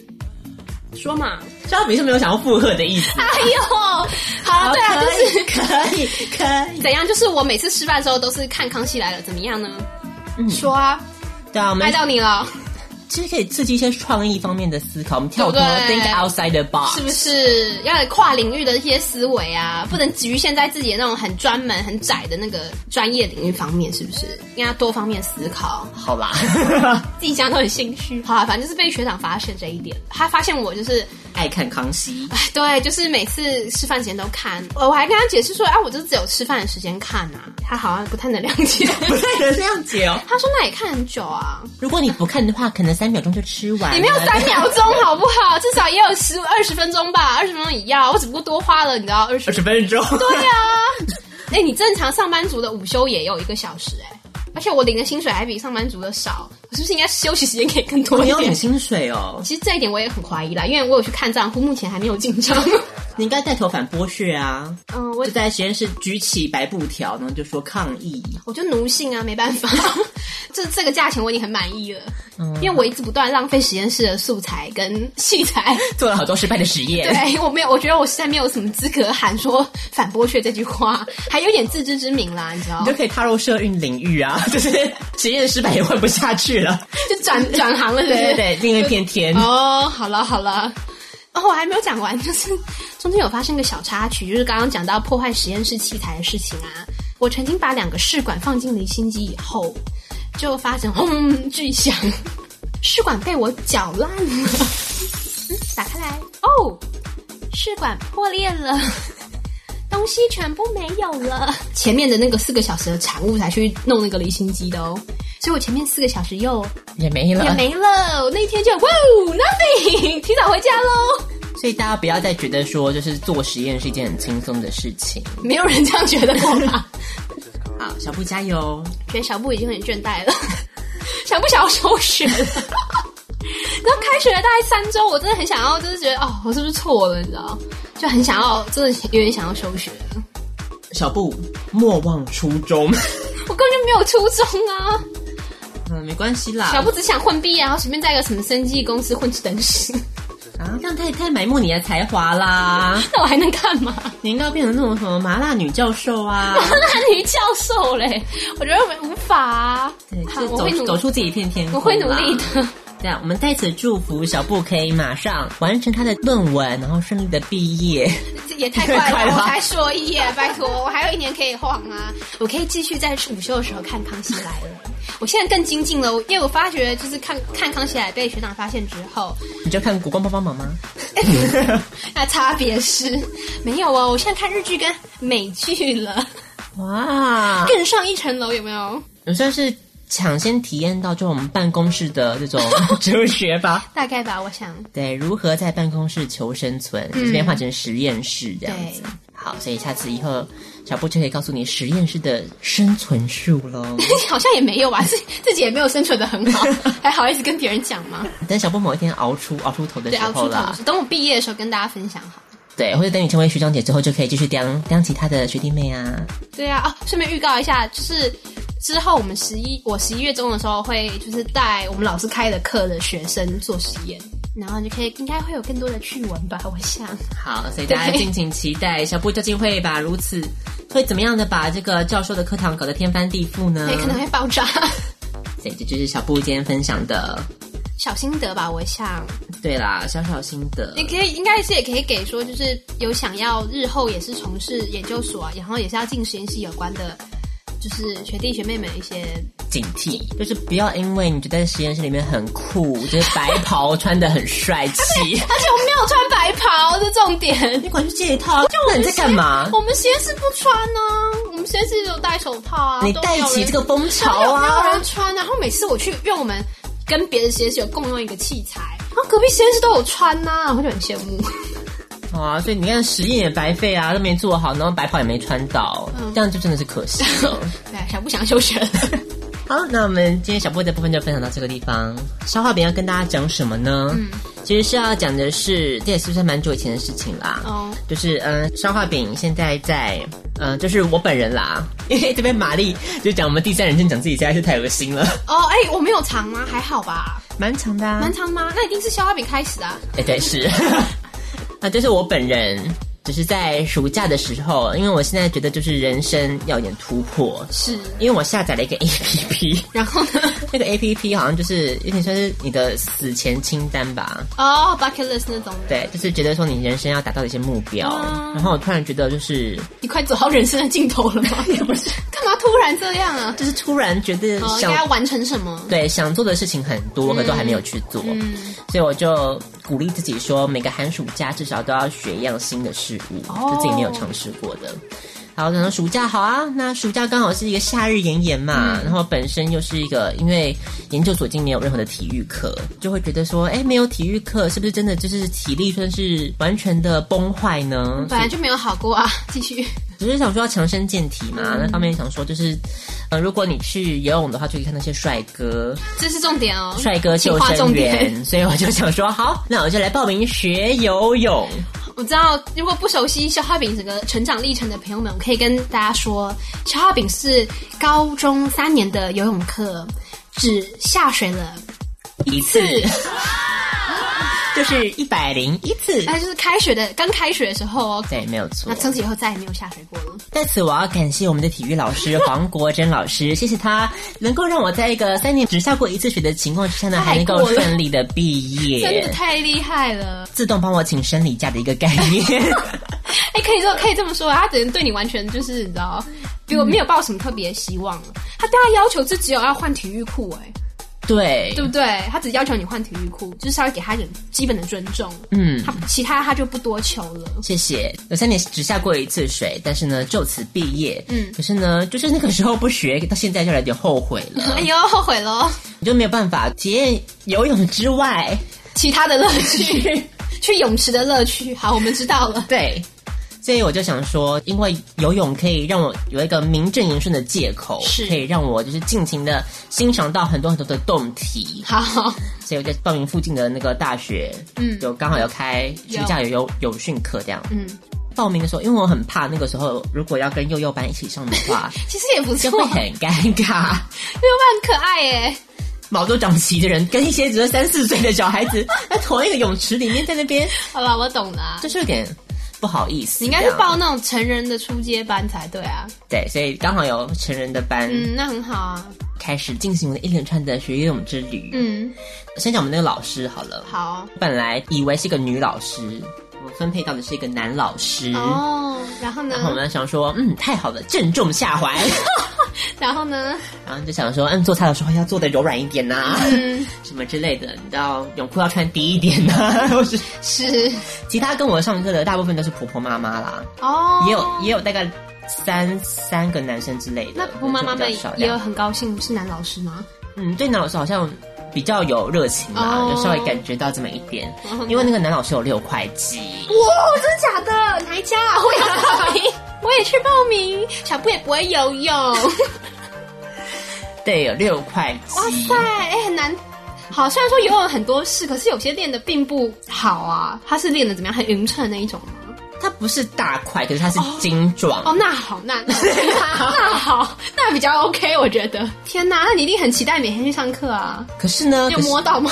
S9: 说嘛，
S8: 肖比是没有想要附和的意思。 *laughs*
S9: 哎呦，好了，对啊，就是
S8: 可以可以。
S9: 怎样？就是我每次吃饭的时候都是看《康熙来了》，怎么样呢？
S8: 嗯
S9: 说啊，
S8: 对啊，我们
S9: 爱到你了，
S8: 其实可以刺激一些创意方面的思考，我们跳脱
S9: 对不对
S8: think outside the
S9: 是
S8: box。
S9: 不是要有跨领域的一些思维啊？不能局限在自己的那种很专门、很窄的那个专业领域方面，是不是？应该多方面思考。
S8: 好
S9: *laughs*
S8: 啦，
S9: 自己讲都很心虚。好啊，反正就是被学长发现这一点，他发现我就是哎
S8: 爱看康
S9: *laughs*
S8: 熙， *laughs*
S9: 对，就是每次吃饭前都看，我还跟他解释说，啊，我就是只有吃饭的时间看啊，他好像不太能谅解。
S8: 不太能谅解哦。
S9: 他说那也看很久啊，
S8: 如果你不看的话，可能三秒钟就吃完了。
S9: 也没有三秒钟好不好？至少也有十二十分钟吧，二十分钟也要，我只不过多花了你知道二
S8: *laughs*
S9: 十
S8: 二十分钟。
S9: *laughs* 对啊， *laughs* 哎、你正常上班族的午休也有一个小时哎、而且我领的薪水还比上班族的少，我是不是应该休息时间可以更多
S8: 你
S9: 一
S8: 要领
S9: 点？
S8: 薪水哦，
S9: 其实这一点我也很怀疑啦，因为我有去看账户，目前还没有进账。
S8: 你应该带头反剥削啊！
S9: *laughs* 嗯，我
S8: 就在实验室举起白布条，然后就说抗议。
S9: 我就奴性啊，没办法， *laughs* 这这个价钱我已经很满意了，因为我一直不断浪费实验室的素材跟器 *laughs* 材。
S8: 做了好多失败的实验。
S9: 对我没有，我觉得我实在没有什么资格喊说反剥削这句话，还有点自知之明 *laughs* 啦，你知道
S8: 你就？可以踏入社运领域啊， *laughs* 就是实验失败也混不下去了。
S9: 就转 *laughs* 转行了，是不
S8: 对
S9: 是
S8: 对对，另一片天。
S9: 哦，好了好了，哦，我还没有讲完，就是中间有发生一个小插曲，就是刚刚讲到破坏实验室器材的事情啊。我曾经把两个试管放进离心机以后，就发嗯生轰巨响，试管被我搅烂了。 *laughs* 嗯，打开来，哦，试管破裂了。 *laughs* 东西全部没有了。前面的那个四个小时的产物才去弄那个离心机的哦，所以我前面四个小时又
S8: 也没了，
S9: 也没了。我那天就哇哦，nothing，提早回家喽。
S8: 所以大家不要再觉得说，就是做实验是一件很轻松的事情。
S9: 没有人这样觉得我 *laughs* 吧？
S8: 好，小布加油！
S9: 觉得小布已经很倦怠了，想不想要休学 *laughs* 了？然后开学了大概三周，我真的很想要，就是觉得哦，我是不是错了？你知道，就很想要，真的有点想要休学了。
S8: 小布莫忘初衷。
S9: 我根本就没有初衷啊！
S8: *laughs* 嗯，没关系啦。
S9: 小布只想混毕业，然后随便在一个什么生技公司混吃等死， *laughs*
S8: 啊，这样太太埋没你的才华
S9: *laughs*
S8: 啦！
S9: 那我还能干嘛？
S8: 你应该变成那种什么麻辣女教授
S9: *laughs*
S8: 啊？
S9: 那女教授嘞，我觉得我们无法、啊。
S8: 对，
S9: 好
S8: 就
S9: 我会努
S8: 走走出自己一片天空
S9: 我
S8: 啦
S9: 会努力的。
S8: 对啊，我们在此祝福小布可以马上完成他的论文，然后顺利的毕业。 *laughs*
S9: 这也太快
S8: 快
S9: 了，
S8: 了
S9: 我才硕一耶，拜托，我还有一年可以晃啊！我可以继续在午休的时候看《康熙来了》。我现在更精进了，我因为我发觉就是看看《康熙来了》被学长发现之 *laughs* 后，
S8: 你就看《国光帮帮忙》吗？
S9: 那差别是没有哦。我现在看日剧跟美剧了，
S8: 哇，
S9: 更上一层楼，有没有？
S8: 也算是抢先体验到这种办公室的这种 *laughs* 哲学吧。
S9: 大概吧，我想。 *laughs*
S8: 对，如何在办公室求生存，这边换成实验室这样子
S9: 嗯对。
S8: 好，所以下次以后小布就可以告诉你实验室的生存术
S9: *laughs*
S8: 喽。
S9: 好像也没有吧，自自己也没有生存的很 *laughs* 好，还好意思跟别人讲吗？
S8: 等小布某一天熬出熬出头的
S9: 对
S8: 时
S9: 啊，
S8: 候
S9: 出头
S8: 啦，
S9: 等我毕业的时候跟大家分享好。
S8: 对，或者等你成为学长姐之后，就可以继续当当其他的学弟妹啊。
S9: 对啊，啊，顺便预告一下，就是之后我们十一，我十一月中的时候会就是带我们老师开的课的学生做实验，然后你就可以应该会有更多的趣闻吧，我想。
S8: 好，所以大家
S9: 对
S8: 敬请期待，小布究竟会把如此会怎么样的把这个教授的课堂搞得天翻地覆呢？
S9: 也可能会爆炸， *laughs*
S8: 所以这就是小布今天分享的。
S9: 小心得吧，我想。
S8: 对啦，小小心得
S9: 也。可以，应该是也可以给说，就是有想要日后也是从事研究所、啊，然后也是要进实验室有关的，就是学弟学妹们一些
S8: 警惕，就是不要因为你觉得在实验室里面很酷，就是白袍穿的很帅 *laughs* 气，
S9: 而且我没有穿白袍，这重点。
S8: 你管去借一套， *laughs* 那你在干嘛？
S9: 我们实验室不穿呢、我们实验室有戴手套啊。
S8: 你
S9: 都没
S8: 带
S9: 有
S8: 起
S9: 人
S8: 这个风
S9: 没
S8: 潮
S9: 有没有
S8: 啊
S9: 人！穿。然后每次我去，因为我们跟别的实验室有共用一个器材，然后隔壁实验室都有穿呐、我就很羡
S8: *laughs*
S9: 慕。
S8: 啊，所以你看实验也白费啊，都没做好，然后白袍也没穿到，这样就真的是可惜 *laughs* 了。
S9: 对，想不想休学了？
S8: 好，那我们今天小波的部分就分享到这个地方。消化饼要跟大家讲什么呢？嗯，其实是要讲的是，这也是算蛮久以前的事情啦。
S9: 哦
S8: 就是嗯，呃消化饼现在在嗯，就是我本人啦， *laughs* 因为这边玛丽就讲我们第三人称讲自己实在是太恶心了，
S9: *laughs* 哦，哎、我没有长吗？还好吧，
S8: 蛮长的、啊。
S9: 蛮长吗？那一定是消化饼开始的啊、
S8: 哎、对，是。 *laughs* 那就是我本人，就是在暑假的时候，因为我现在觉得就是人生要有点突破，
S9: 是。
S8: 因为我下载了一个 *laughs* APP。
S9: 然后
S8: *laughs*
S9: 呢？
S8: 那个 A P P 好像就是有点算是你的死前清单吧，
S9: 哦、b u c k e t list 那种的，
S8: 对，就是觉得说你人生要达到一些目标。然后我突然觉得就是 *laughs*
S9: *laughs* 你快走到人生的尽头了吗？也不是，刚嘛突然这样啊？
S8: 就是突然觉得
S9: 哦，应
S8: 想
S9: 该要完成什么？
S8: 对想做的事情很多，可都还没有去做，所以我就鼓励自己说，每个寒暑假至少都要学一样新的事物，就自己没有尝试过的。然后然后暑假好啊，那暑假刚好是一个夏日炎炎嘛，然后本身又是一个，因为研究所已经没有任何的体育课，就会觉得说，哎，没有体育课是不是真的就是体力算是完全的崩坏呢？
S9: 本来就没有好过啊，继续。
S8: 只是想说要强身健体嘛，那方面想说就是，呃，如果你去游泳的话，就可以看那些帅哥，
S9: 这是重点哦，
S8: 帅哥
S9: 请
S8: 救
S9: 划
S8: 生
S9: 重点。
S8: 员，所以我就想说，好，那我就来报名学游泳。
S9: *laughs* 我知道，如果不熟悉消化饼整个成长历程的朋友们，我可以跟大家说，消化饼是高中三年的游泳课，只下水了
S8: 一次， *laughs* 就是一百零一次。
S9: 那就是开学的刚开学的时候哦。
S8: 对，没有错
S9: 哎那。从此以后再也没有下水过了。
S8: 在此，我要感谢我们的体育老
S9: *laughs*
S8: 师黄国珍老师，谢谢他能够让我在一个三年只下过一次水的情况之下呢，还能够
S9: 太过了
S8: 顺利的毕
S9: 真的
S8: 业，
S9: 太厉害了！
S8: 自动帮我请生理假的一个概
S9: *laughs*
S8: 念。
S9: 哎、可以说可以这么说，他只能对你完全就是你知道，比我没有抱什么特别希望了。他对他要求是只有要换体育裤、哎，
S8: 对
S9: 对，不对？他只要求你换体育裤，就是稍微给他一点基本的尊重。
S8: 嗯，
S9: 他其他他就不多求了。
S8: 谢谢。有三年只下过一次水，但是呢，就此毕业。
S9: 嗯
S8: 可是呢，就是那个时候不学，到现在就有点后悔了
S9: *laughs* 哎，呦，后悔喽！
S8: 我就没有办法体验游泳之外，
S9: 其他的乐趣， *laughs* 去泳池的乐趣。好，我们知道了。
S8: 对。所以我就想说，因为游泳可以让我有一个名正言顺的借口，
S9: 是
S8: 可以让我就是尽情的欣赏到很多很多的动体。
S9: 好，
S8: 所以我在报名附近的那个大学，
S9: 嗯
S8: 就刚好要开暑假有游泳训课这样。
S9: 嗯，
S8: 报名的时候，因为我很怕那个时候如果要跟幼幼班一起上的话，
S9: 其实也不错，
S8: 就
S9: 因为
S8: 会
S9: 我
S8: 很尴尬。
S9: 很可爱耶。
S8: 毛都长齐的人跟一些只有三四岁的小孩子 *laughs* 在同一个泳池里面，在那边
S9: 好了，我懂了啊。
S8: 就是有点不好意思。
S9: 你应该是
S8: 这样
S9: 报那种成人的初阶班才对啊。
S8: 对，所以刚好有成人的班、
S9: 嗯，那很好啊。
S8: 开始进行我的一连串的学游泳之旅。，
S9: 嗯，
S8: 先讲我们那个老师好了。
S9: 好。
S8: 本来以为是一个女老师，我分配到的是一个男老师。
S9: 哦，然后呢
S8: 嗯然？后我们想说，嗯，太好了，正中下
S9: *laughs*
S8: 怀。
S9: 然后呢？
S8: 然后就想说，嗯，做菜的时候要做的柔软一点呐、
S9: 嗯，
S8: 什么之类的，你知道，泳裤要穿低一点呐、 *laughs* 或是
S9: 是
S8: 其他跟我上课的大部分都是婆婆妈妈啦，
S9: 哦，
S8: 也有也有大概三三个男生之类的。
S9: 那婆婆妈妈
S8: 就
S9: 们
S8: 比较少这
S9: 也
S8: 样
S9: 有很高兴是男老师吗？
S8: 嗯，对男老师好像比较有热情啦，
S9: 哦
S8: 就稍微感觉到这么一点
S9: 然后。呢
S8: 因为那个男老师有六块肌，
S9: 哇，真的假的？哪一家啊？我也要报名，我也去报名。小布也不会游 *laughs* 泳，哇
S8: 对，有六块肌
S9: 塞，。哎、很难。好，虽然说游泳很多事，可是有些练的并不好啊。他是练的怎么样？很匀称的那一种吗？
S8: 它不是大块，可是它是精壮。
S9: 哦，那好，那那好，那比较 OK，我觉得。天哪，那你一定很期待每天去上课啊？
S8: 可是呢，
S9: 有
S8: 可是
S9: 摸 *laughs* 到吗？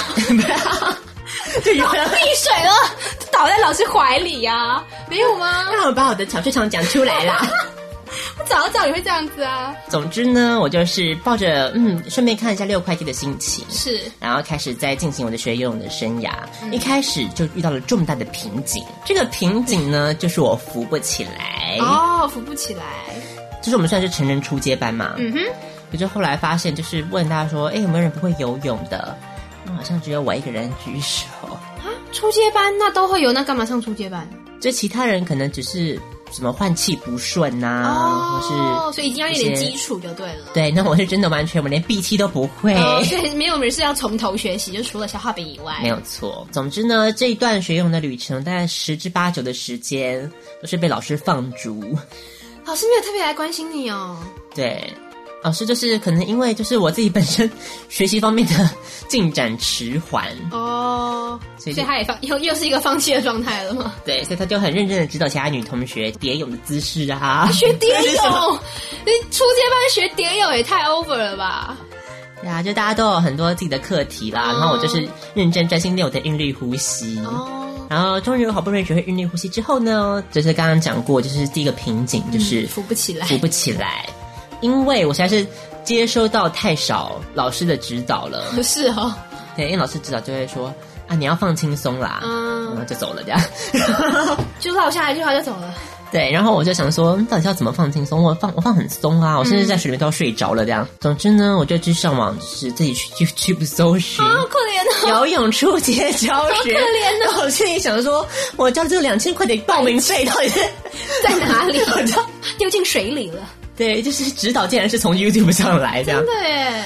S8: 就有人。
S9: 溺水了， *laughs* 倒在老师怀里呀、啊？没有吗？
S8: 那我把我的小剧场讲出来
S9: *laughs*
S8: 啦。
S9: 我早知道你会这样子啊！
S8: 总之呢，我就是抱着嗯，顺便看一下六块肌的心情，
S9: 是
S8: 然后开始在进行我的学游泳的生涯。
S9: 嗯
S8: 一开始就遇到了重大的瓶颈，这个瓶颈呢，就是我浮不起来。
S9: 哦，扶不起来。
S8: 就是我们算是成人初阶班嘛。
S9: 嗯哼。
S8: 可是后来发现，就是问大家说，哎，有没有人不会游泳的？嗯好像只有我一个人举手，
S9: 啊初阶班那都会有，那干嘛上初阶班？
S8: 就其他人可能只是什么换气不顺呐、或
S9: 哦，
S8: 啊是
S9: 所以一定要有
S8: 一
S9: 点
S8: 些
S9: 基础就对了。
S8: 对，那我是真的完全我连闭气都不会。
S9: 哦，所以没有人是要从头学习，就除了消化饼以外，
S8: 没有错。总之呢，这一段学泳的旅程，大概十之八九的时间都是被老师放逐。
S9: 老师没有特别来关心你哦。
S8: 对，老师就是可能因为就是我自己本身学习方面的进展迟缓，
S9: 哦，
S8: 所以
S9: 所以
S8: 就
S9: 他也放 *laughs* 又又是一个放弃的状态
S8: *laughs*
S9: 了吗？
S8: 对，所以他就很认真的指导其他女同学蝶泳的姿势啊，
S9: 学蝶
S8: 这是什么
S9: 泳，你初阶班学蝶泳也太 over 了吧？
S8: 对啊，就大家都有很多自己的课题啦，
S9: 哦
S8: 然后我就是认真专心练我的韵律呼吸。
S9: 哦，
S8: 然后终于我好不容易学会韵律呼吸之后呢，就是刚刚讲过，就是第一个瓶颈就是
S9: 扶不起来
S8: 扶不起来，因为我实在是接收到太少老师的指导
S9: *laughs*
S8: 了。
S9: 不是哦，
S8: 对，因为老师指导就会说啊，你要放轻松啦，
S9: *laughs* 嗯
S8: 然后就走了这样。 *laughs*
S9: 就落下来就他就走了。
S8: 对，然后我就想说，到底要怎么放轻松？我放我放很松啊，我甚至在水里面都要睡着了这样。
S9: 嗯
S8: 总之呢，我就去上网，就是自己去去去搜寻。 *laughs*
S9: 好可怜哦，
S8: 游泳初阶教学，
S9: 好可怜啊
S8: *laughs* 我心里想说，我交这两千块的报名费到底是？
S9: *laughs* 在哪里
S8: 我就
S9: 丢进水里了。
S8: *laughs* 对，就是指导竟然是从 YouTube 上来这样。
S9: 对，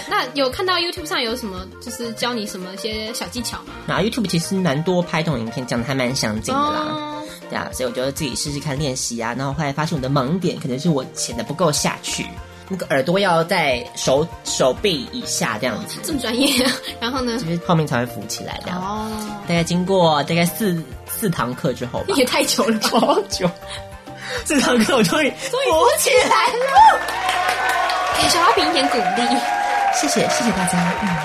S9: 那有看到 YouTube 上有什么，就是教你什么一些小技巧吗？
S8: 然后 YouTube 其实蛮多拍这种影片，讲的还蛮详尽的啦。
S9: 哦，
S8: 对啊，所以我就自己试试看练习啊。然后后来发现我的盲点可能是我潜的不够下去，那个耳朵要在手手臂以下这样子，
S9: 这么专业啊。然后呢
S8: 就？是后面才会浮起来这样。
S9: 哦，
S8: 大概经过大概四四堂课之后吧，
S9: *laughs* 也太久了吧，
S8: 好久， *laughs* 四堂课我终于终于浮起来了。
S9: 给小花饼一点鼓励。
S8: 谢谢谢谢大家。嗯，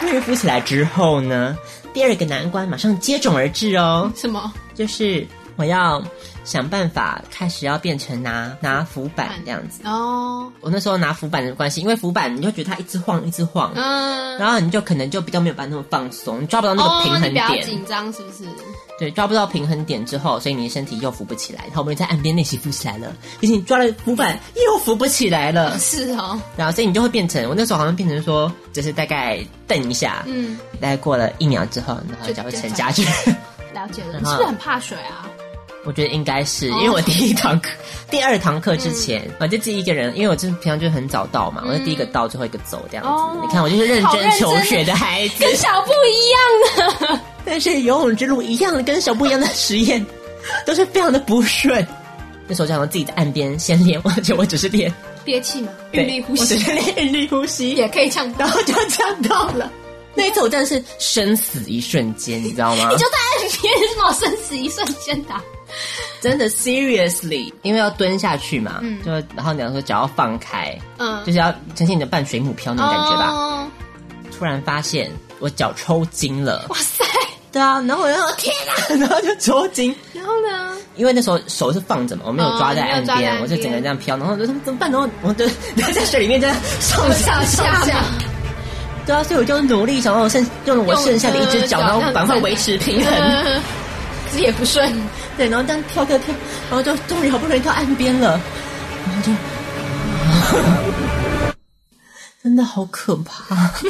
S8: 终于浮起来之后呢，第二个难关马上接踵而至哦，
S9: 什么？
S8: 就是我要想办法开始要变成拿拿浮板
S9: 嗯
S8: 这样子。
S9: 哦，
S8: 我那时候拿浮板的关系，因为浮板你就觉得它一直晃一直晃，
S9: 嗯，
S8: 然后你就可能就比较没有办法那么放松，你抓不到那
S9: 哦，
S8: 个平
S9: 你
S8: 衡
S9: 不要
S8: 点。
S9: 紧张，是不是？
S8: 对，抓不到平衡点之后，所以你的身体又浮不起来。然后我们在岸边练习浮起来了，毕竟你抓了浮板又浮不起来了。
S9: 是哦，
S8: 然后所以你就会变成，我那时候好像变成说，就是大概瞪一下，
S9: 嗯，
S8: 大概过了一秒之后，然后
S9: 就
S8: 就会
S9: 就
S8: 沉
S9: 反
S8: 下去。
S9: 了解了。
S8: 然
S9: 你
S8: 后
S9: 是不是很怕水啊？
S8: 我觉得应该
S9: 哦
S8: 是，因为我第一堂
S9: *laughs*
S8: 课、第二堂课之前，
S9: 嗯
S8: 我就自己一个人，因为我真的平常就很早到嘛，我就第一个到，最后一个走这样子。
S9: 哦
S8: 你看，我就是认
S9: 好
S8: 真
S9: 认真
S8: 求学的孩子，
S9: 跟小布一样啊的。
S8: *laughs* 但是游泳之路一样的，跟小布一样的实验， *laughs* 都是非常的不顺。那时候就想说自己在岸边先练，我觉得我只是
S9: *laughs*
S8: 练
S9: 憋气嘛，
S8: 对
S9: 用力呼
S8: 我只
S9: 吸
S8: 是练韵律呼吸，
S9: 也可以呛到，
S8: *laughs* 然后就呛到了。那一次我真的是生死一瞬间，你知道吗？
S9: 你就在岸边，什么生死一瞬间的啊、
S8: 真的 seriously，因为要蹲下去嘛，就然后你要说脚要放开，
S9: 嗯，
S8: 就是要呈现你的半水母漂那种感觉吧。
S9: 哦
S8: 突然发现我脚抽筋了，
S9: 哇塞，
S8: 对啊， *laughs* 然后我就说天哪，然后就抽筋，
S9: 然后呢？
S8: 因为那时候手是放着嘛，我没有抓在
S9: 哦
S8: 岸
S9: 你没有抓在
S8: 边，
S9: 岸边
S8: 我就整个这样飘，然后我就说怎么办？然后我就 *laughs* 在水里面这样上下上下。对啊，所以我就努力想要我剩用了我剩下的一只脚，
S9: 用呃
S8: 然后
S9: 用
S8: 赶快维持
S9: *laughs*
S8: 平衡。
S9: 呃可是也不顺，
S8: 对，然后这样跳跳跳，然后就终于好不容易到岸边了， *laughs* 然后就，真的好可怕。 *laughs*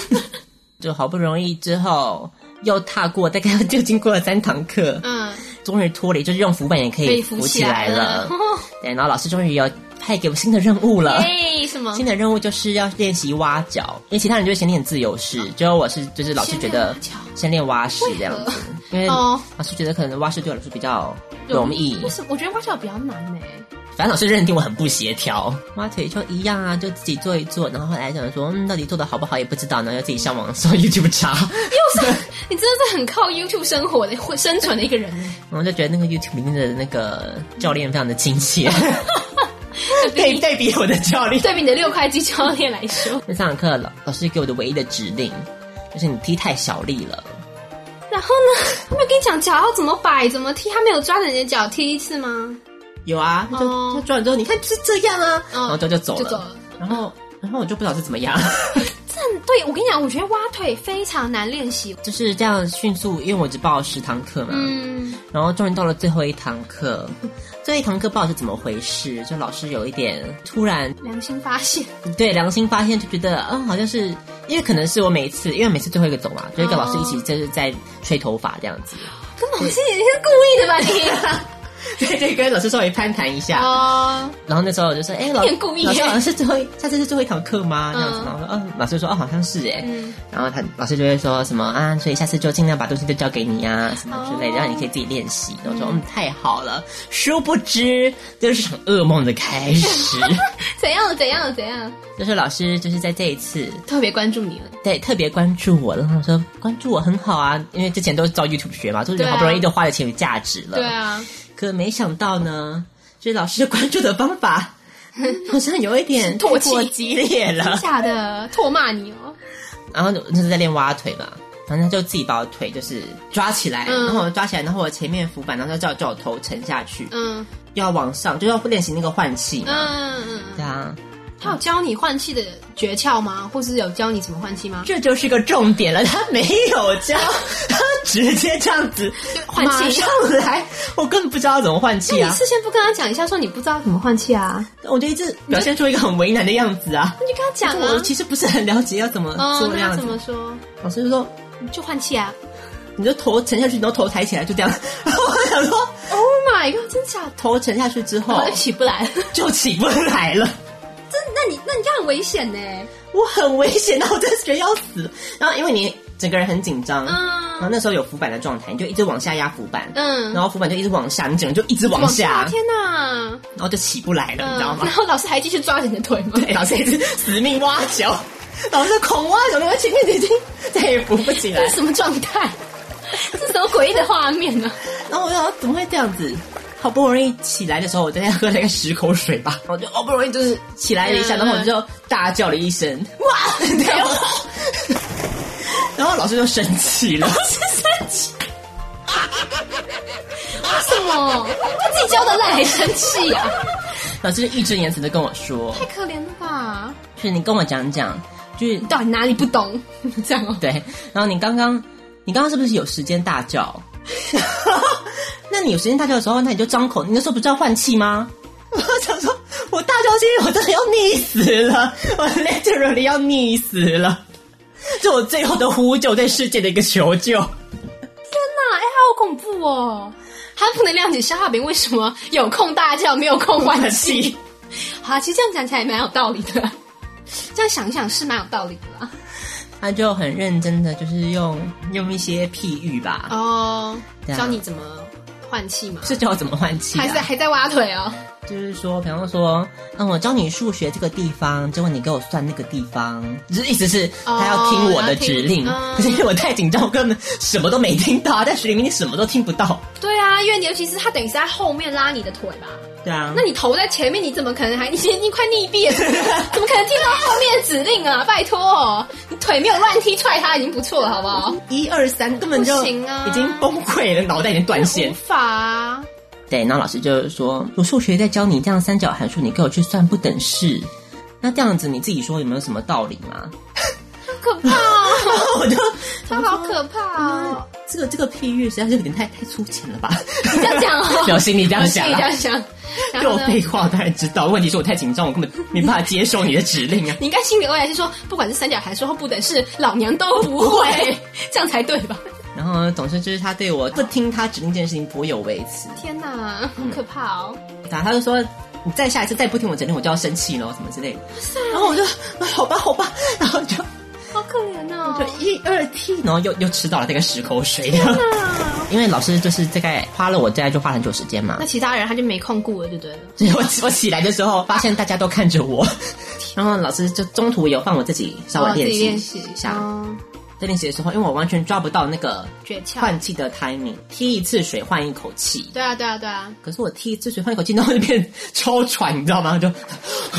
S8: 就好不容易之后，又踏过大概就经过了三堂课，
S9: 嗯，
S8: 终于脱离，就是用浮板也可
S9: 可
S8: 以
S9: 以
S8: 浮
S9: 浮
S8: 起
S9: 起
S8: 来
S9: 来
S8: 了
S9: 了。
S8: *laughs* 对，然后老师终于有派给我新的任务了。
S9: 哎，什么
S8: 新？的任务就是要练习蛙脚，因为其他人就会先练自由式，只有我是就是老师觉得
S9: 先练蛙脚
S8: 嗯先练蛙式这样子，因为
S9: 哦
S8: 老师觉得可能蛙式对我来说比较容易，
S9: 不是，我觉得蛙跳比较难呢。
S8: 反正老师认定我很不协调。蛙腿就一样啊，就自己做一做，然后后来想说，嗯，到底做的好不好也不知道，然后就自己上网搜 YouTube 查， *laughs*
S9: 你真的是很靠 YouTube 生活的、会生存的一个人呢。
S8: 然后就觉得那个 YouTube 里面的那个教练非常的亲 *laughs* 切， *laughs* 对对比我的教练。
S9: 对比你的六块肌教练来说，
S8: 那上堂课老老师给我的唯一的指令就是你踢太小力了。
S9: 然后呢，他没有跟你讲脚要怎么摆、怎么踢，他没有抓着你的脚踢一次吗？
S8: 有啊，他就、
S9: 哦
S8: 他抓完之后，你看就是这样啊，
S9: 嗯
S8: 然后就就走了，
S9: 就走了
S8: 然后然后我就不知道是怎么样，
S9: 但对我跟你讲，我觉得蛙腿非常难练习。
S8: *laughs* 就是这样迅速，因为我只报了十堂课嘛，
S9: 嗯，
S8: 然后终于到了最后一堂课，最后一堂课不知道是怎么回事，就老师有一点突然
S9: 良心发 *laughs* 现，
S8: 对良心发现，就觉得嗯好像是。因为可能是我每次，因为每次最后一个走嘛，就会跟老师一起就是在吹头发这样子，
S9: 根本不是 *laughs* 你是故意的吧你？
S8: 对对，跟老师稍微攀谈一下。
S9: 哦，
S8: 然后那时候我就说，哎、老
S9: 你很故意
S8: 老师
S9: 耶
S8: 好像是最后一，下次是最后一堂课吗？这样子，
S9: 嗯
S8: 然后我说，嗯、老师说，哦，好像是哎。
S9: 嗯
S8: 然后他老师就会说什么啊，所以下次就尽量把东西都交给你啊，什么之类的，
S9: 哦
S8: 让你可以自己练习。然后我说，嗯，太好了。殊不知，这是场噩梦的开
S9: *laughs*
S8: 始。
S9: 怎样怎样怎样，
S8: 就是老师就是在这一次，
S9: 特别关注你了。
S8: 对特别关注我，然后我说关注我很好啊，因为之前都是照 YouTube 学嘛，就是
S9: 对啊
S8: 好不容易都花的钱有价值了。
S9: 对啊，
S8: 可没想到呢，就是老师关注的方
S9: *laughs*
S8: 法好像有一点
S9: 唾弃
S8: 太过
S9: *laughs*
S8: 激烈了。
S9: 吓得唾骂你哦。
S8: 然后那是在练蛙腿嘛，反正他就自己把我腿就是抓起来，
S9: 嗯
S8: 然后我抓起来，然后我前面浮板，然后就叫我叫我头沉下去，
S9: 嗯
S8: 要往上，就要练习那个换气嘛。
S9: 嗯嗯，
S8: 对啊，
S9: 他有教你换气的诀窍吗？或是有教你怎么换气吗？ *laughs*
S8: 这就是个重点了，他没有教，他直接这样子
S9: 换气
S8: 马上来，我根本不知道怎么换
S9: 那
S8: 气
S9: 你
S8: 啊！
S9: 事先不跟他讲一下，说你不知道怎么换气啊？
S8: 我就一直表现出一个很为难的样子啊。
S9: 那就跟他讲
S8: 我
S9: 啊。
S8: 其实不是很了解要怎么
S9: 哦
S8: 做，这
S9: 那
S8: 样
S9: 他
S8: 子
S9: 怎。么说？
S8: 老师就说
S9: 你就换气啊
S8: 你就头沉下去，然后头抬起来，就这样。 *laughs* 然后我想说，
S9: ！Oh my god，真假的？
S8: 头沉下去之后
S9: 我就起不来了。
S8: *laughs* 就起不来了。
S9: 那你那你这样很危险呢。
S8: 我很危险，然后我真的觉得要死。然后因为你整个人很紧张，然后
S9: 嗯
S8: 那时候有浮板的状态，你就一直往下压浮板，
S9: 嗯，
S8: 然后浮板就一直往下，你整个人就一直往下，
S9: 天哪！
S8: 然后就起不来啊了，你
S9: 嗯，
S8: 知道吗 *laughs*
S9: 然？后老师还继续抓着你的腿吗？
S8: 对，老师一直死命挖脚，老师狂挖脚，然后前面已经再也扶不起来
S9: 这。是什么状态？ *laughs* 这是什么诡异的画
S8: *laughs*
S9: 面呢、
S8: 然后我就想怎么会这样子？好不容易起来的时候，我大概喝了个十口水吧， *laughs* 然后就哦好不容易就是起来了一下，
S9: 嗯
S8: 然后我就大叫了一声“哇”，然后然后老师就生气了，
S9: 为什么？他自己教的烂还生气啊呀、
S8: *laughs* 老师就义正言辞的跟我说
S9: 太可怜了吧？：“
S8: 就是你跟我讲讲，就是
S9: 你到底哪里不懂？ *laughs* 这样哦。
S8: *laughs* 对，然后你刚刚你刚刚是不是有时间大叫？ *laughs* 那你有时间大叫的时候，那你就张口，你那时候不是要换气吗？ *laughs* 我想说，我大叫是因为我真的要溺死了，我 literally 要溺死了，这我最后的呼救，对世界的一个求救。
S9: 那哎、好恐怖哦！他不能谅解肖化饼为什么有空大叫，没有空换 *laughs* 气。好啊，其实这样讲起来也蛮有道理的。这样想一想是蛮有道理的啦。
S8: 他就很认真的，就是用用一些譬喻吧，
S9: 哦，
S8: 对啊
S9: 教你怎么换气嘛？
S8: 是教我怎么换气、啊，
S9: 还在还在挖腿哦？
S8: 就是说，比方说，嗯，我教你数学这个地方，结果你给我算那个地方，就是意思是他
S9: 哦
S8: 哦要听我的指令，
S9: 要听嗯
S8: 可是因为我太紧张，我根本什么都没听到啊，在水里面你什么都听不到。
S9: 对啊，因为你尤其是他等于是在后面拉你的腿吧？
S8: 对啊，
S9: 那你头在前面，你怎么可能还你你快溺毙 *laughs* 了？怎么可能听到后面的指令啊？拜托、你腿没有乱踢踹他已经不错了，好不好？
S8: 哦一二三根本就
S9: 不行啊
S8: 已经崩溃了，脑袋已经断线
S9: 无。法、啊。
S8: 对，然后老师就说，我数学在教你这样三角函数，你给我去算不等式，那这样子你自己说有没有什么道理吗？
S9: 可怕、哦，
S8: *laughs*
S9: *laughs*
S8: 我就
S9: 他好可怕哦！
S8: 这个这个譬喻实在是有点太太粗浅了 *laughs* 吧？
S9: 你这样讲哦，
S8: 有心里这样啊想
S9: 你
S8: 啦
S9: 这样想，然
S8: *laughs* 对我
S9: 后呢？！
S8: 废话，我当然知道。问题是我太紧张，我根本没办法接受你的指令啊
S9: *laughs* 你应该心里偶然是说，不管是三角函数或不等式，老娘都不 *laughs* 会，这样才对吧？
S8: 然后，总之就是他对我不听他指令这件事情颇有微词。
S9: 天哪，好可怕哦！
S8: 然后他就说：“你再下一次再不听我指令，我就要生气了，什么之
S9: *laughs*
S8: 类的。”然后我就啊好吧，好吧，然后就
S9: 好可怜哦！
S8: 就一二踢，然后又又吃到了那个十口水。 *laughs* 因为老师就是大概花了我大概就花了很久时间嘛
S9: 那，其他人他就没空顾了，就对了。
S8: 所以我我起来的时候发现大家都看着我， *laughs* 然后老师就中途有放我自己稍微
S9: 哦自
S8: 练
S9: 己
S8: 习
S9: 练
S8: 一
S9: 习
S8: 下。
S9: 哦
S8: 在练习的时候，因为我完全抓不到那个
S9: 诀窍
S8: 换气的 timing，踢一次水换一口气。
S9: 对啊，对啊，对啊，
S8: 可是我踢一次水换一口气，然后就变 *laughs* 超喘，你知道吗？就 *laughs*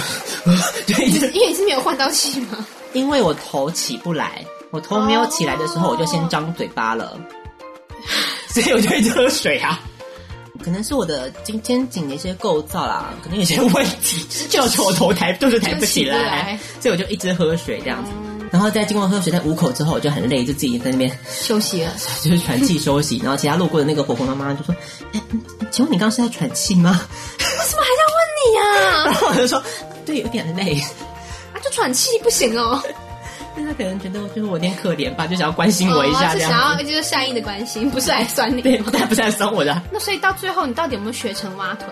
S8: 就一直
S9: 因为你是没有换到气嘛。
S8: 因为我头起不来，我头没有起来的时候，我就先张嘴巴了， *laughs* 所以我就一直喝水啊。可能是我的肩肩颈的一些构造啦，可能有些问题，就是我头抬就是抬不起
S9: 就是起不
S8: 来
S9: 来，
S8: 所以我就一直喝水这样子。然后在经过喝水在五口之后，我就很累，就自己在那边
S9: 休息了，
S8: 就是喘气休息，然后其他路过的那个火红妈妈就说：“哎、嗯请问你刚刚是在喘气吗 *laughs*
S9: 为什么还要问哎你呀、？”
S8: 然后我就说：“对，有点累。 *laughs*
S9: 啊，就喘气不行哦，”
S8: 但他可能觉得就是我有点可怜吧，就想要关心我一
S9: 哦
S8: 下
S9: 是
S8: 这
S9: 想
S8: 样
S9: 要
S8: 子。
S9: 就是善意的关心，不是来酸
S8: *laughs*
S9: 你。
S8: 对，不但不是来送我的，
S9: 那所以到最后，你到底有没有学成挖腿？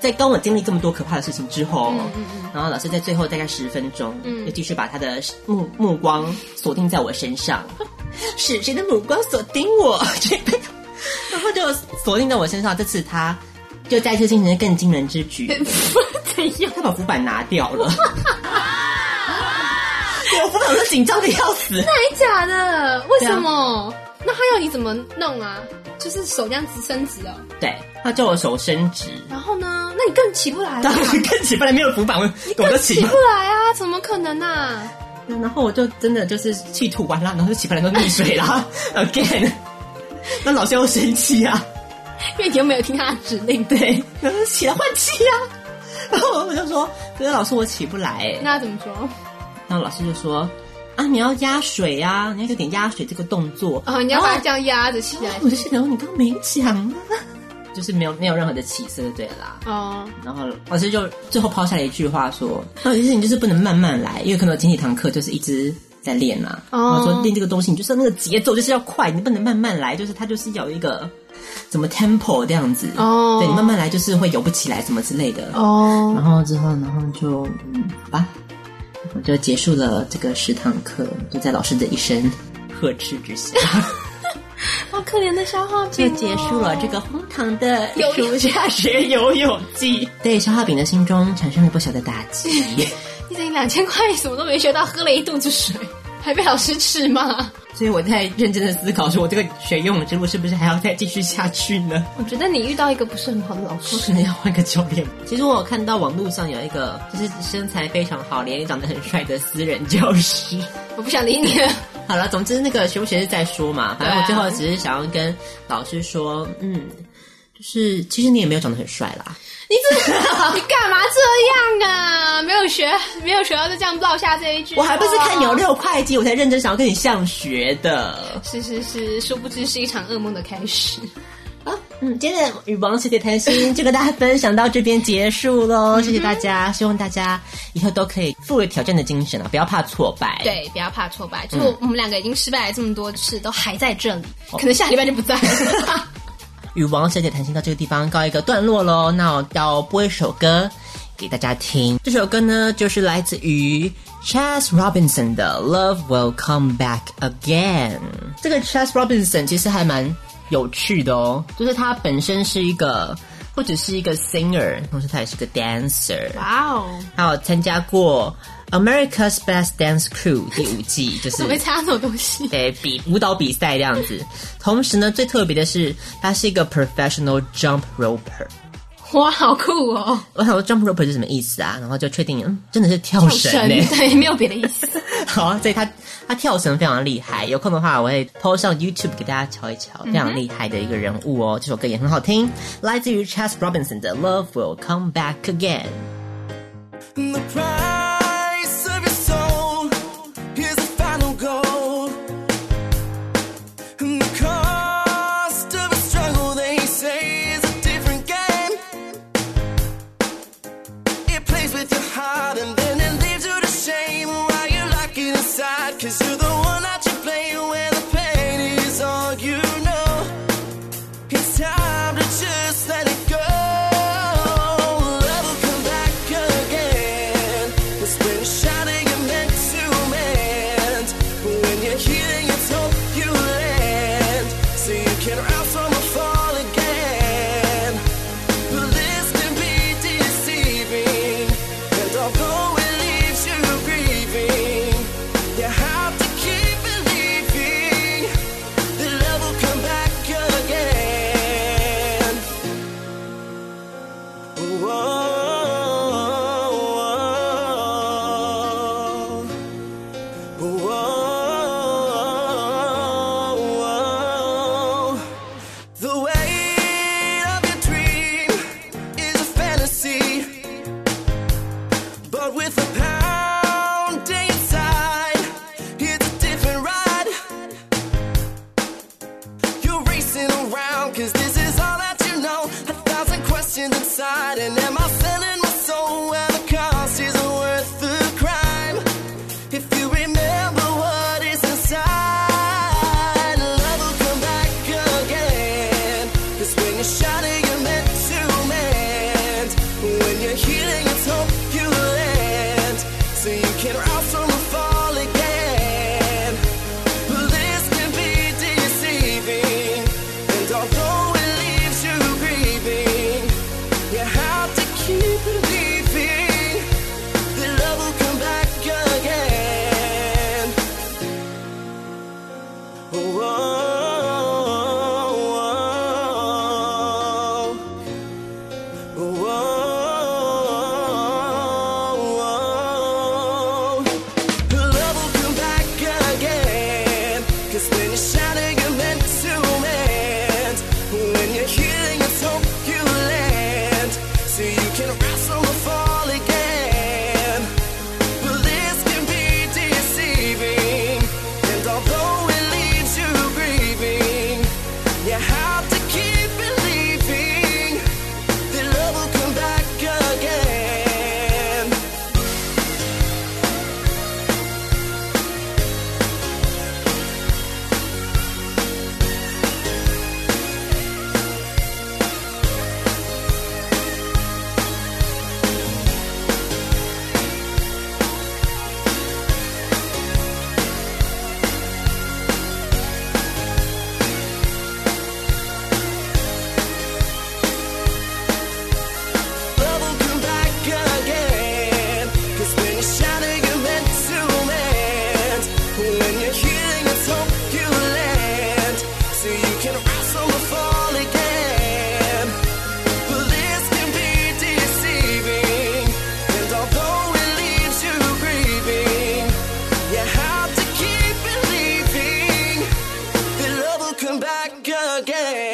S8: 在跟我经历这么多可怕的事情之后，然后老师在最后大概十分钟，
S9: 嗯
S8: 又继续把他的目目光锁定在我身上， *laughs* 是谁的目光锁定我？ *laughs* 然后就锁定在我身上。这次他就再次进行了更惊人之举，
S9: *laughs* 怎样？
S8: 他把浮板拿掉了。 *laughs* 我浮板我都紧张的要死，
S9: 太假的？为什么？那他要你怎么弄啊？就是手这样直伸直哦，
S8: 对他叫我手伸直， *laughs*
S9: 然后呢？那你更起不来了
S8: 当，然更起不来，没有浮板我我都起
S9: 起
S8: 不
S9: 不来啊？怎么可能啊？
S8: 来，然后我就真的就是气吐完啦，然后就起不来，都溺水
S9: *laughs*
S8: 啦 again。那老师又生气啊，
S9: 因为你又没有听他的指令， *laughs* 对。
S8: 然后就起来换气啊， *laughs* 然后我就说，可是老师我起不来、欸，
S9: 那要怎么说？
S8: 然后老师就说：“啊，你要压水啊，你要有点压水这个动作。
S9: 哦，你要把它这样压着起来
S8: 然后我就想，你都没讲啊， *laughs* 就是没有没有任何的起色，就对了啦。
S9: 哦，
S8: 然后老师就最后抛下了一句话 *laughs* 说：“那有些事情就是不能慢慢来，因为可能我前几堂课就是一直在练嘛、啊。
S9: 哦
S8: 然后说练这个东西，你就是那个节奏就是要快，你不能慢慢来，就是它就是要有一个怎么 tempo 这样子。
S9: 哦
S8: 对你慢慢来就是会游不起来，什么之类的。
S9: 哦，
S8: 然后之后，然后就嗯，好吧，我就结束了这个十堂课，就在老师的一声呵斥之下， *laughs*
S9: 好可怜的消化饼
S8: 就
S9: 哦，
S8: 结束了这个荒唐的
S9: 游泳
S8: 暑假学游泳季。对消化饼的心中产生了不小的打击。
S9: 一整两千块，什么都没学到，喝了一肚子水，还被老师斥骂。
S8: *laughs* 所以我在认真的思考，说我这个学游泳之路是不是还要再继续下去呢？
S9: 我觉得你遇到一个不是很好的老
S8: 我
S9: 师，
S8: 可能要换个教练。其实我有看到网络上有一个，就是身材非常好、脸也长得很帅的私人教师。 *laughs*
S9: 我不想理你了。 *laughs*
S8: 好了，总之那个休学是再说嘛，反正我最后只是想要跟老师说，嗯，就是其实你也没有长得很帅啦，
S9: 你 *laughs* 怎么，你干嘛这样啊？没有学，没有学到就这样落下这一句。
S8: 我还不是看你有六块肌，我才认真想要跟你上学的。
S9: 是是是，殊不知是一场噩梦的开始。
S8: 嗯，今天的与王小姐谈心就跟大家分享到这边结束喽，谢谢大家，希望大家以后都可以富有挑战的精神啊，不要怕挫败。，
S9: 对，不要怕挫败，就是我我们两个已经失败了这么多次，都还在这里，可能下礼拜就不在 *laughs* 了。
S8: 与王小姐谈心到这个地方告一个段落喽，那我要播一首歌给大家听，这首歌呢就是来自于 Chas Robinson 的《Love Will Come Back Again》。这个 Chas Robinson 其实还蛮有趣的哦，就是他本身是一个。不只是一个 singer，同时他也是个 dancer。
S9: 哇哦，
S8: 还有参加过《America's Best Dance Crew》第五季，就是
S9: 怎么会差这种东西？ *laughs*
S8: 对比舞蹈比赛这样子。同时呢，最特别的是，他是一个 professional jump roper。
S9: 哇，好酷哦！
S8: 我想说 jump roper 是什么意思啊？然后就确定，嗯，真的是跳
S9: 好欸
S8: 绳呢、
S9: 对，没有别的意思。
S8: *laughs* 好，所以他他跳绳非常厉害，有空的话我会 PO 上 YouTube 给大家瞧一瞧，非常厉害的一个人物哦。这首歌也很好听，来自于 Chas Robinson 的《Love Will Come Back Again》。
S11: The price of your soul is the final goal. And the cost of a struggle, they say, is a different game. It plays with your heart and then it leaves you to shame while you're locked inside. Cause you're the one that you blame when the pain is all you know. It's time to just let it go. Love will come back again. It's been a shining and meant to mend. When you're healing, it's hope you land. So you can rise from a fall again. But this can be deceiving. And although it leaves you grieving, you have to keep believing. The love will come back again. Whoa. Whoa. The weight of your dream is a fantasy. But with a pounding inside, it's a different ride. You're racing around, cause this is all that you know. A thousand questions inside, and am I selling my soul? Well, the cost is worth the crime. If you remember what is inside, love will come back again. Cause when you're shining, you're meant to mend. When you're healing, it's hope you land. So you can rise from a fall again. But this can be deceiving, and although it leaves you grieving, you have to Oh, oh, oh, again.